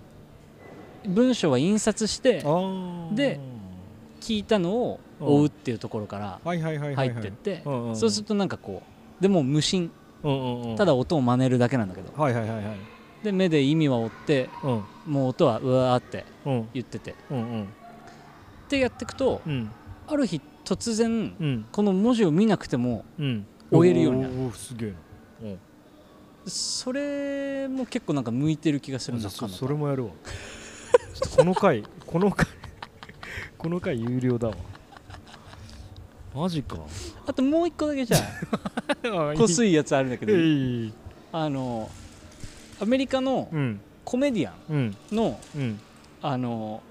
文章は印刷してあーで聞いたのを追うっていうところからはいはいはいは入いっはいてってうんうんうんそうするとなんかこうでも無心うんうんうんただ音を真似るだけなんだけどはいはいはいはいで目で意味は追ってうんもう音はうわーってうん言っててっうんうんてやっていくとうんある日突然うんこの文字を見なくてもうん追えるようになるおーすげえなそれも結構なんか向いてる気がするんじでゃあすかそんだそれもやるわ ちょっとこの回この回 この回有料だわマジ かあともう一個だけじ ゃあこすいいやつあるんだけいどいいあのアメリカのうんコメディアうんンのうんあの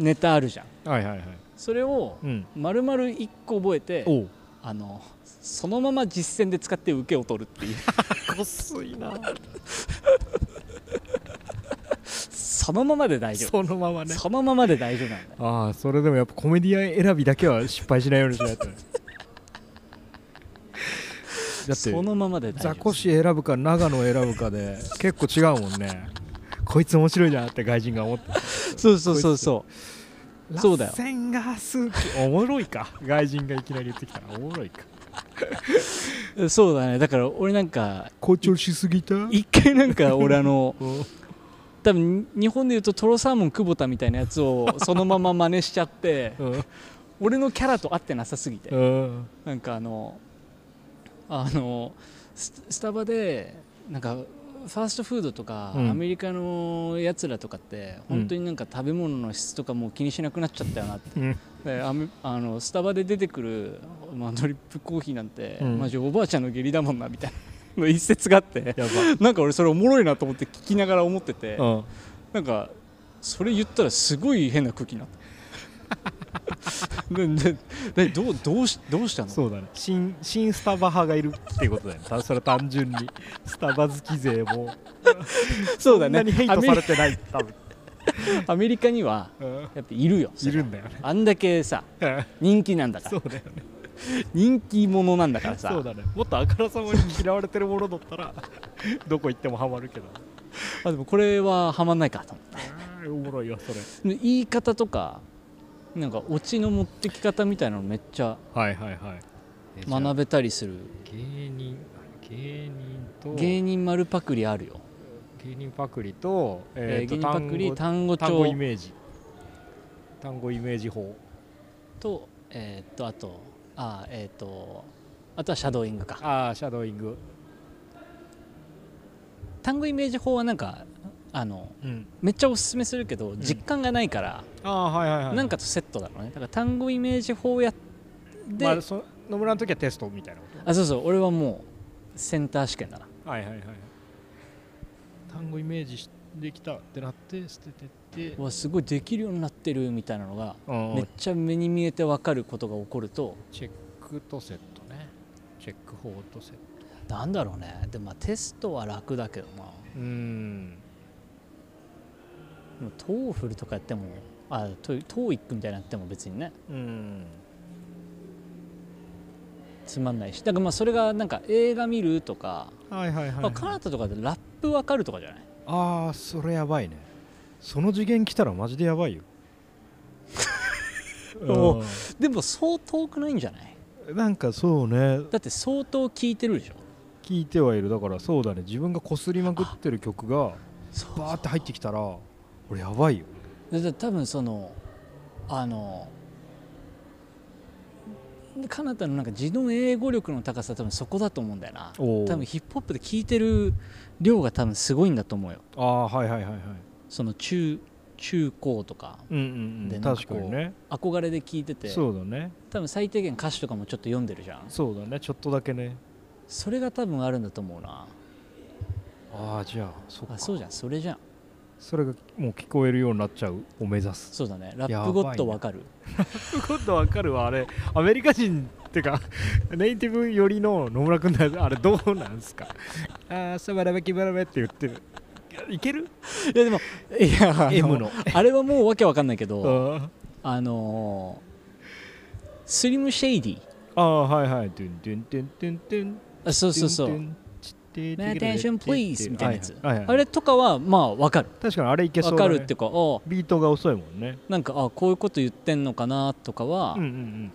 ネタあるじゃんはいはいはいそれをうん丸々1個覚えておうあのそのまま実践で使って受けを取るっていうこすいなそのままで大丈そのまま夫ねそのままで大丈夫なんだよああそれでもやっぱコメディアン選びだけは失敗しないようにしない とねだってそのままで大丈ザ夫コシ選ぶか長野選ぶかで結構違うもんねこいつ面白いなって外人が思ってそうそうそうそうそうだよラッセンガースおもろいか外人がいきなり言ってきたらおもろいかえそうだねだから俺なんか誇張しすぎた一回なん か俺あのお多分日本でいうとトロサーモン久保田みたいなやつをそのまま真似しちゃってうん俺のキャラと合ってなさすぎてうんなんかあのあのススタバでなんかファーストフードとか、うんアメリカのやつらとかってうん本当になんか食べ物の質とかもう気にしなくなっちゃったよなって、うんでアメあのスタバで出てくる、まあ、ドリップコーヒーなんて、うんマジおばあちゃんの下痢だもんなみたいな の一節があってやなんか俺それおもろいなと思って聞きながら思ってて、ばうんなんかそれ言ったらすごい変な空気に なったでででどうどうしどうしたのそうだね新新スタバ派がいるっていうことだよねたそれは単純にスタバ好き勢もそうそだんねなにヘイアトメさリれてない多分アメリカにはうんやっぱいるよいるんだよねあんだけさうん人気なんだかそらうだよね人気者なんだからさそうだねもっとあからさまに嫌われてるものだったら どこ行ってもハマるけどあでもこれはハマんないかと思っあーおもろいよそれて言い方とかなんかオチの持ってき方みたいなのめっちゃはいはいはい学べたりする芸人芸人と芸人丸パクリあるよ、芸人パクリと,、えーえーと芸人パクリ単単語語単語帳イメージ単語イメージ法とえーっとあとあえーっとあとはシャドーイングかああシャドーイング単語イメージ法はなんかあのうんめっちゃおすすめするけど実感がないから、ああはいはいはいなんかとセットだろうねだから単語イメージ法やで、まあ、そ野村の時はテストみたいなこあそうそう俺はもうセンター試験だなとはいはいはい単語イメージしできたってなって捨ててってうわすごいできるようになってるみたいなのがうんめっちゃ目に見えて分かることが起こるとチェックとセットねチェック法とセットなんだろうねでもまあテストは楽だけどなうんでもトーフルとかやってもあトトーイックみたいなのやっても別にねうんつまんないしだからまあそれがなんか映画見るとか、はいはいはい、まあ、カナダとかでラップ分かるとかじゃないああそれやばいねその次元来たらマジでやばいよおうんでもそう遠くないんじゃないなんかそうねだって相当聞いてるでしょ聞いてはいるだからそうだね自分がこすりまくってる曲がそうバーって入ってきたら俺やばいよでで多分そのあのカナダのなんか自動英語力の高さ多分そこだと思うんだよなお多ー分ヒップホップで聴いてる量が多分すごいんだと思うよああはいはいはいはいその中中高とかうんうんうでんなんか確こかうにね憧れで聞いててそうだね多分最低限歌詞とかもちょっと読んでるじゃんそうだねちょっとだけねそれが多分あるんだと思うなああじゃあそっかあそうじゃんそれじゃんそれがもう聞こえるようになっちゃうを目指すそうだねラップゴッドやばいねわかる今度わかるわあれアメリカ人ってかネイティブ寄りの野村君だよあれどうなんすかああサバラベキバラベって言ってるいけるい やでもいやあ M のあれはもうわけわかんないけあどーあのースリムシェイディあーはいはいトゥントゥントゥントゥントゥンあそうそうそトゥうントゥン「メアテンションプリーズ」みたいなやつはいはいあれとかはまあわかる確かにあれいけそうわだかねるっていうかあビートが遅いもんねなんかあこういうこと言ってんのかなとかはうんうん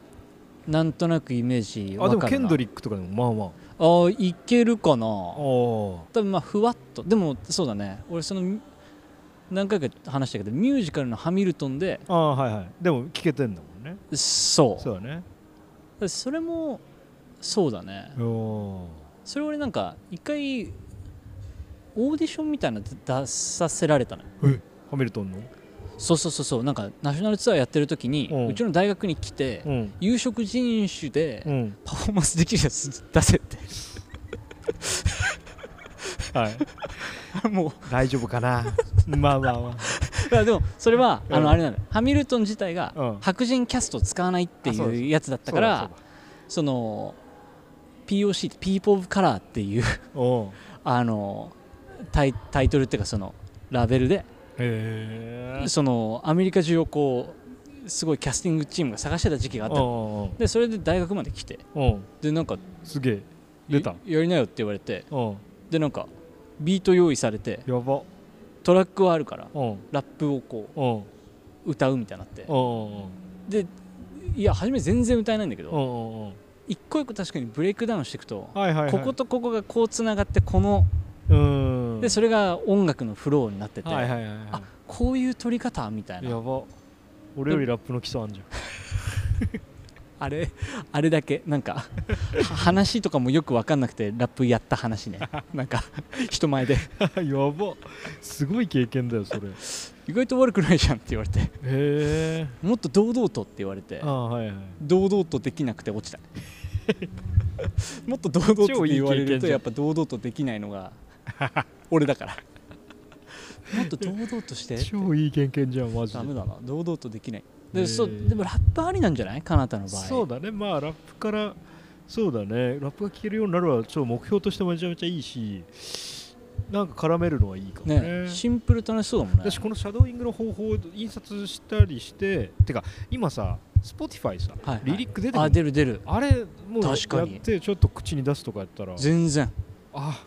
なんとなくイメージうんあでわもかケるンなドリックとかでもまあまああいけるかなあー多分まあふわっとでもそうだね俺その何回か話したけどミュージカルの「ハミルトンで」あーはいはいでも聞けてんだもんねそうそうだねそれもそうだねおおそれ俺なんか一回オーディションみたいなの出させられたのよハミルトンのそうそうそうそうなんかナショナルツアーやってる時に、ううんちの大学に来て、うん有色人種でうんパフォーマンスできるやつ出せって はいも 大丈夫かなまあまあまうあでもそれは、うんあのあれなのよハミルトン自体が、うん白人キャストを使わないってあそうですいうやつだっあたからその POC ってピープ・オブ・カラーっていうおおあのタイタイトルっていうかそのラベルでへえそのアメリカ中をこうすごいキャスティングチームが探してた時期があったのおでそれで大学まで来ておでなんかすげえや出たやりなよって言われておでなんかビート用意されてやばトラックはあるからおラップをこおう歌うみたいになっておでいや初め全然歌えないんだけどお一個一個確かにブレイクダウンしていくとはいはいはいこことここがこうつながってこのうーんでそれが音楽のフローになっててはいはいはいあはこういう取り方みたいいやなば俺よりラップの基礎あんじゃあれあれだけなんかは話とかもよく分かんなくてラップやった話ねなんか人前でんやばすごい経験だよそれへ意外と悪くないじゃんって言われてえもっと堂々とって言われてああはいはい堂々とできなくて落ちた もっと堂々とって言われ超いい経験るじとゃんやっぱ堂々とできないのが俺だ からもっと堂々として超いい経験じゃんマジダメでだな堂々とできないへでーそうでもラップありなんじゃないかなたの場合そうだねまあラップからそうだねラップが聴けるようになるのはちょっと目標としてめちゃめちゃいいしなんか絡めるのはいいかもねねシンプル楽しそうだもんね私このシャドーイングの方法を印刷したりしててか今さ Spotify さ、はいはいリリック出てある出る出るあれもうや確かにってちょっと口に出すとかやったら全然あ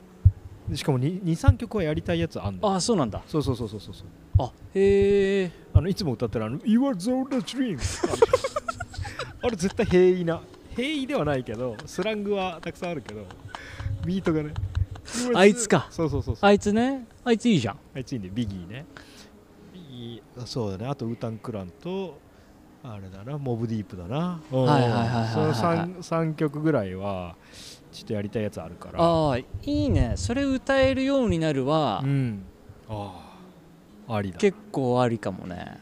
でしかも23曲はやりたいやつあんのあそうなんだそうそうそうそうそうそうあへえあのいつも歌ってるあの「You are the only dream あの」あれ絶対平易な平易ではないけどスラングはたくさんあるけどビートがね You are the- あいつかそうそうそうそうあいつねあいついいじゃんあいついいねビギーねビギーあそうだねあとウータンクランとあれだなモブディープだなうんはいはいはいはいはいその 3, 三曲ぐらいはちょっとやりたいやつあるからあーいいねそれ歌えるようになるはうんああありだ結構ありかもね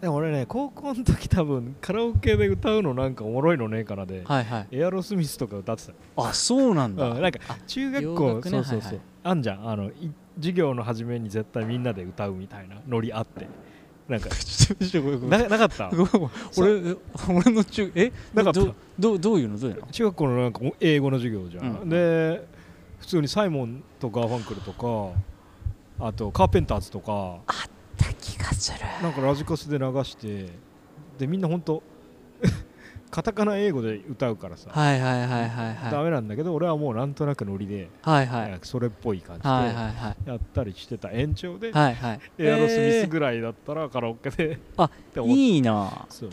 でも俺ね高校の時多分カラオケで歌うのなんかおもろいのねえからで、はいはいエアロスミスとか歌ってたよあそうなんだうんなんか中学洋校楽ねそうそうそう、はいはいあんじゃんあのい授業の初めに絶対みんなで歌うみたいなノリあってなん かちょっとごめんごめんななかったごめんごめん俺俺の中えなかったどどどういうのどういうの中学校のなんか英語の授業じゃん、うで普通にサイモンとガーファンクルとかあとカーペンターズとか気がするなんかラジカセで流してでみんなほんと カタカナ英語で歌うからさ、はいはいはいはいダはいメなんだけど俺はもうなんとなくノリで、はいはいなんかそれっぽい感じはいはいはでいはいやったりしてた延長で、はいはいエアロスミスえぐらいだったらカラオケであ ってー思っいいなそう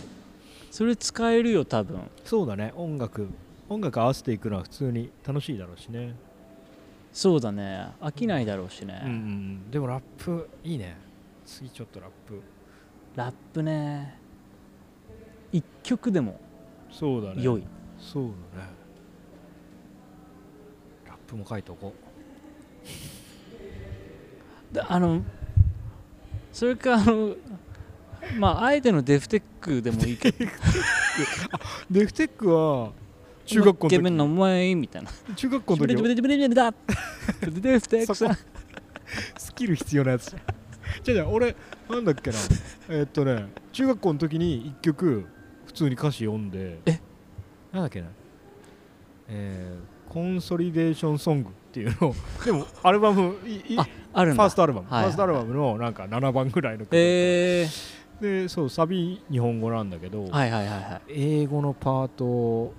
それ使えるよ多分そうだね音楽音楽合わせていくのは普通に楽しいだろうしねそうだね飽きないだろうしね、うんうんうんでもラップいいね次ちょっとラップラップね一曲でもそうだね良い、そうだねラップも書いておこだあのそれかあのまああえてのデフテックでもいいけどデフテックは中学校イケのメン時のお前みたいな中学校の時ブレブレブレブレブレだデフテックさん スキル必要なやつじゃんじゃあじゃあ俺なんだっけなえーっとね中学校の時に一曲普通に歌詞読んでえなんだっけなえーコンソリデーションソングっていう のをでもアルバムいいああるんファだーストアルバム、はいはいファーストアルバムのなんか7番ぐらいの曲で,、えでそうサビ日本語なんだけど、ー、はいはいはいはい英語のパートを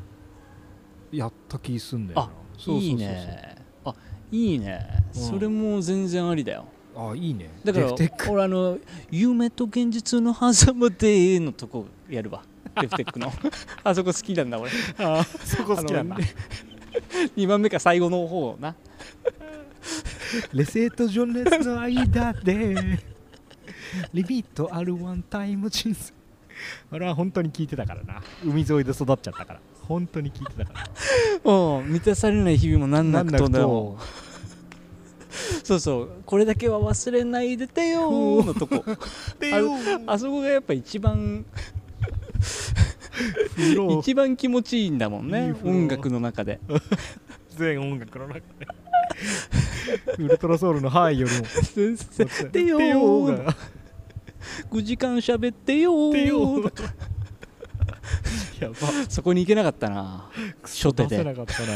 やった気すんだよなあそうそうそうそういいねあいいね、うんそれも全然ありだよあいいねだからデフテック俺あの「夢と現実の狭間で」のとこやるわデフテッ クのあそこ好きなんだ俺あそこ好きなんだあの2番目か最後の方なレセと情熱の間でリミットあるワンタイム人生俺は本当に聞いてたからな海沿いで育っちゃったから本当に聞いてたからうん満たされない日々もなんなくとだよとそうそうこれだけは忘れないでてよーの とこでああそこがやっぱ一番一番気持ちいいんだもんいいね風呂音楽の中で全音楽の中でウルトラソウルの「ハイ」よ りも「先生てよでーが」 5時間喋ってよーでよー やばそこに行けなかったな初手出せでなかったな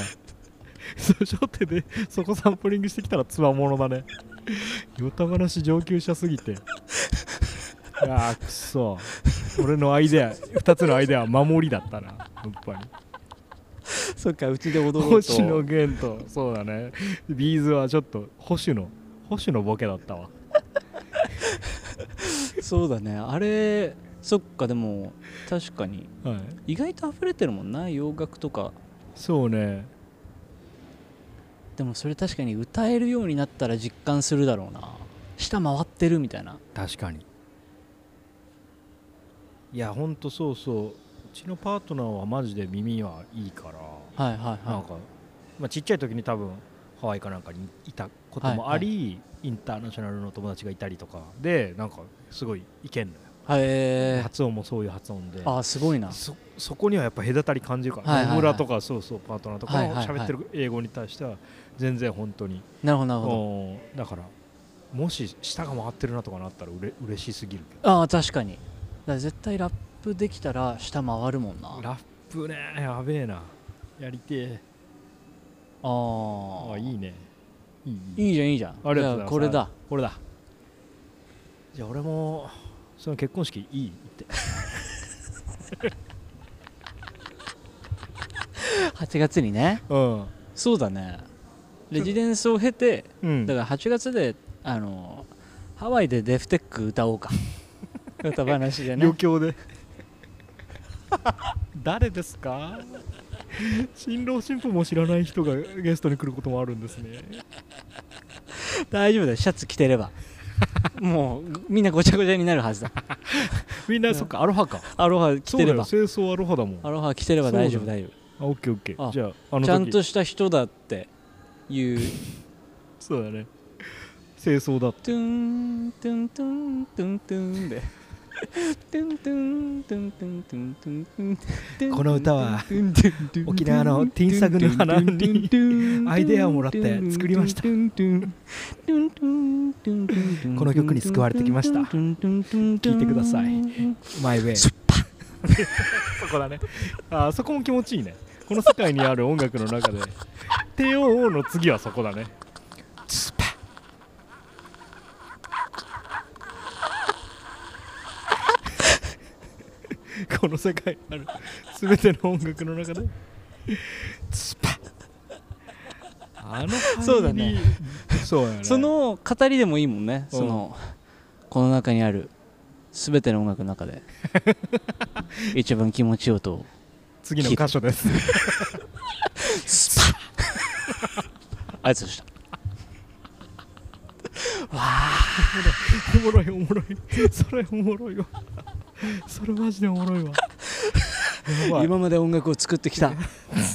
そう初手でそこサンプリングしてきたらつわものだねヨタ話上級者すぎてあーくそ俺のアイデア2つのアイデアは守りだったなやっぱりそっかうちで踊ろう星野と源とそうだねビーズはちょっと保守の保守のボケだったわそうだねあれそっかでも確かにはい意外と溢れてるもんな洋楽とかそうねでもそれ確かに歌えるようになったら実感するだろうな舌回ってるみたいな確かにいやほんとそうそううちのパートナーはマジで耳はいいからはいはいなんはか、まあ、ちっちゃい時に多分ハワイかなんかにいたこともあり、インターナショナルの友達がいたりとかでなんかすごいいけんのよ、いへえ発音もそういう発音であすごいなそそこにはやっぱ隔たり感じるから、はいはいはい野村とかそうそうパートナーとかはいのはいはい喋ってる英語に対しては全然本当に、なるほどなるほどうんだからもし舌が回ってるなとかなったらうれ嬉しすぎるけああ確かにだから絶対ラップできたら舌回るもんなどあラップねやべえなやりてえあああいいねいいいいいいじゃんいいじゃんありがとうございじまゃすこれだこれだじゃあ俺もその結婚式いいって8月にねうん、そうだねレジデンスを経てうん、だから8月であのハワイでデフテック歌おうか 歌話でね余興で誰ですか 新郎新婦も知らない人がゲストに来ることもあるんですね大丈夫だよシャツ着てれ ばもうみんなごちゃごちゃになるはずだみんなそっかアロハかアロハ着そうてだれよば清掃アロハだもんアロハ着てれば大丈そ夫うだ大丈あオッケーオッケーあじゃああ夫の時ちゃんとした人だっていうそうだね清掃だトゥーントゥントゥントゥントゥンでトゥントゥントゥントゥントゥントゥントゥントゥンこの歌はトゥントゥントゥン沖縄のティンサグの花にアイデアをもらって作りましたトゥントゥントゥントゥントゥントゥントゥンこの曲に救われてきましたトゥントゥントゥントゥン聞いてくださいマイウェイすっ そこだねあそこも気持ちいいねこの世界にある音楽の中で帝王の次はそこだねスパ この世界にある全ての音楽の中でスパあの入りそうだねそうやねその語りでもいいもんねそのこの中にある全ての音楽の中 で一番気持ちいい音を次の箇所ですスパッあいつでしたおもろいおもろいそれおもろいわそれマジでおもろいわやばい今まで音楽を作ってき た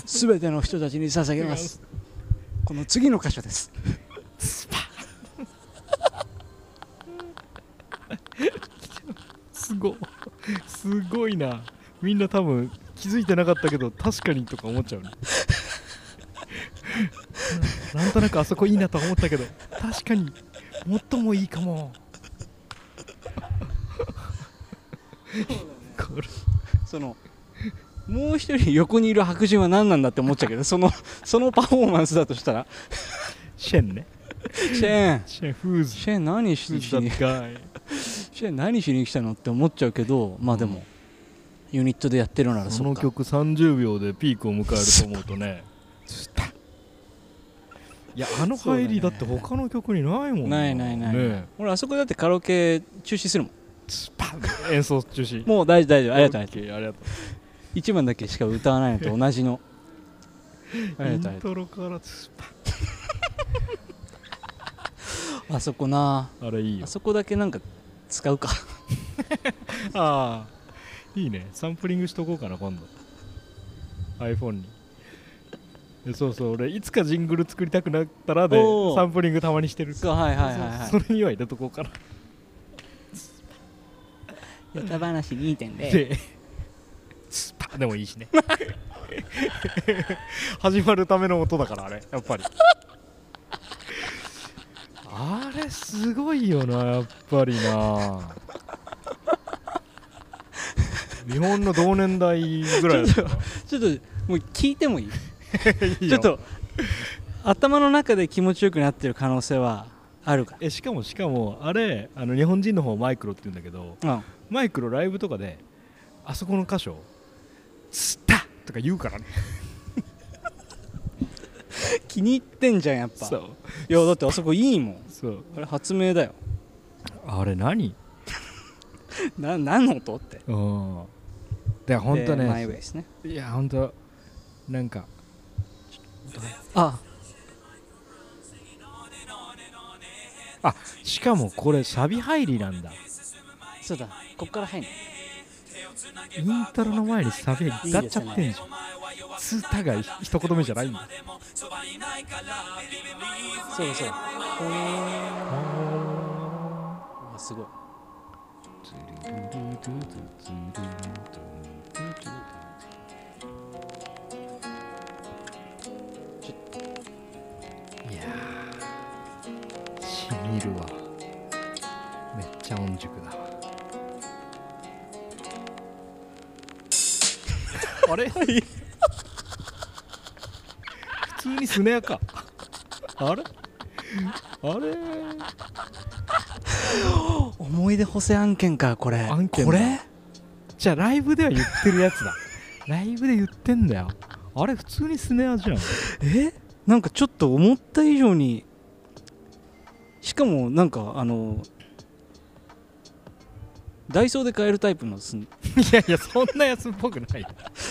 全ての人たちに捧げますこの次の箇所ですすごいすごいなみんな多分気づいてなかったけど確かにとか思っちゃうねななんとなくあそこいいなとは思ったけど確かに最もいいかもこれそのもう一人横にいる白人は何なんだって思っちゃうけどそのそのパフォーマンスだとしたらシェンねシェーンシェンフーズシェーン何しにフー ズだったいシェーン何しに来たのって思っちゃうけどまあでも、ユニットでやってるならそそっのか曲30秒でピークを迎えると思うとねいやあの入りだって他の曲にないもんないないないないね俺あそこだってカラオケ中止するもんスパン演奏中止もう大丈夫大丈夫ありがとうありがとオッケーありがとう1番だけしか歌わないのと同じ のあうりイがとうありンがとうトロからスパあそこなンあれいいよあそこだけなんか使うかああいいねサンプリングしとこうかな今度 iPhone にでそうそう俺いつかジングル作りたくなったらでおーサンプリングたまにしてるそうはいはいはいはそうそれには入れとこうかないヨタ話2.0で、スパでもいいし ね。始まるための音だから、あれ、やっぱり。あれ、すごいよな、やっぱりな。日本の同年代ぐらいだったなちょっともう聞いてもいいいちょいよっと頭の中で気持ちよくなってる可能性はあるかえしかもしかもあれあの日本人の方マイクロって言うんだけどら、うん、マイクロライブとかであそこの箇所「つった!」とか言うからね気に入ってんじゃんやっぱそういやだってあそこいいもんそうあれ発明だよあれ何な何の音ってうんで本当でマイウェイねですねいや本当なんかああしかもこれサビ入りなんだそうだこっから入んのイントロの前にサビが歌っちゃってんじゃんツータが一言目じゃないんだそうだそうだほーうわすごいいやーしみるわめっちゃ音熟だわ あれ 普通にスネアかあれあれ思い出補正案件かこれ案件こだれじゃあライブでは言ってるやつだ ライブで言ってんだよあれ普通にスネアじゃんえなんかちょっと思った以上にしかもなんかあのダイソーで買えるタイプのすんいやいやそんなやつっぽくない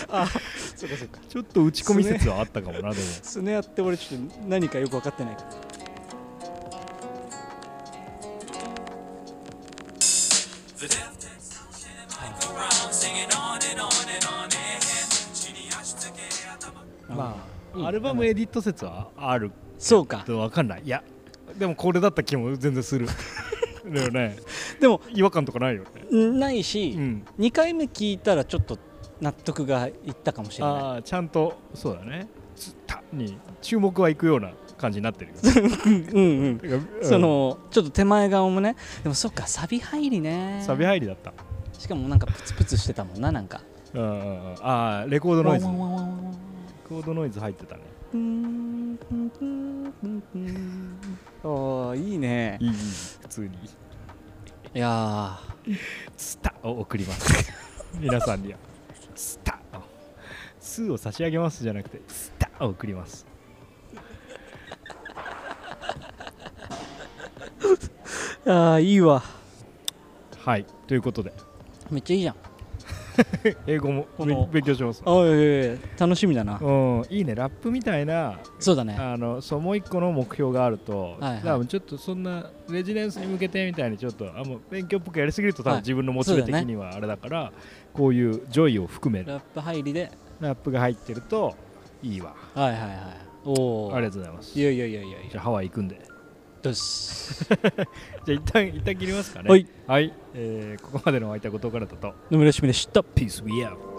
あそうかそうかちょっと打ち込み説はあったかもなでもスネアって俺ちょっと何かよく分かってないからまあアルバムエディット説はあるそうかけど分かんないいやでもこれだった気も全 然するだよねでも違和感とかないよねないし、うん2回目聞いたらちょっと納得がいったかもしれないああちゃんとそうだねつったに注目はいくような感じになってるよ うんうんてかうんそのちょっと手前側もねでもそっかサビ入りねサビ入りだったしかもなんかプツプツしてたもんななんかうんうんうんああレコードノイズワンレワンワンワンワンコードノイズ入ってたねうーんうんうんうんうんああいいねいいいい普通にいやースタを送ります皆さんにはスタをスーを差し上げますじゃなくてスタを送りますあーいいわはいということでめっちゃいいじゃん英語もこの勉勉強しますあいやいやいや楽しみだなうんいいねラップみたいなそうだねあのそうもう一個の目標があると、はいはい多分ちょっとそんなレジデンスに向けてみたいにちょっとあもう勉強っぽくやりすぎると多は分い自分のモチベそう的だねにはあれだから、こういうジョイを含めるラップ入りでラップが入ってるといいわあはいはいはいおおりがとうございますいやいやいやいやいじゃやあハワイ行くんでよしじゃあ一旦一旦切りますかねはい、はいえーここまでのお相手は後藤からだと野村しみでしたピースウィアー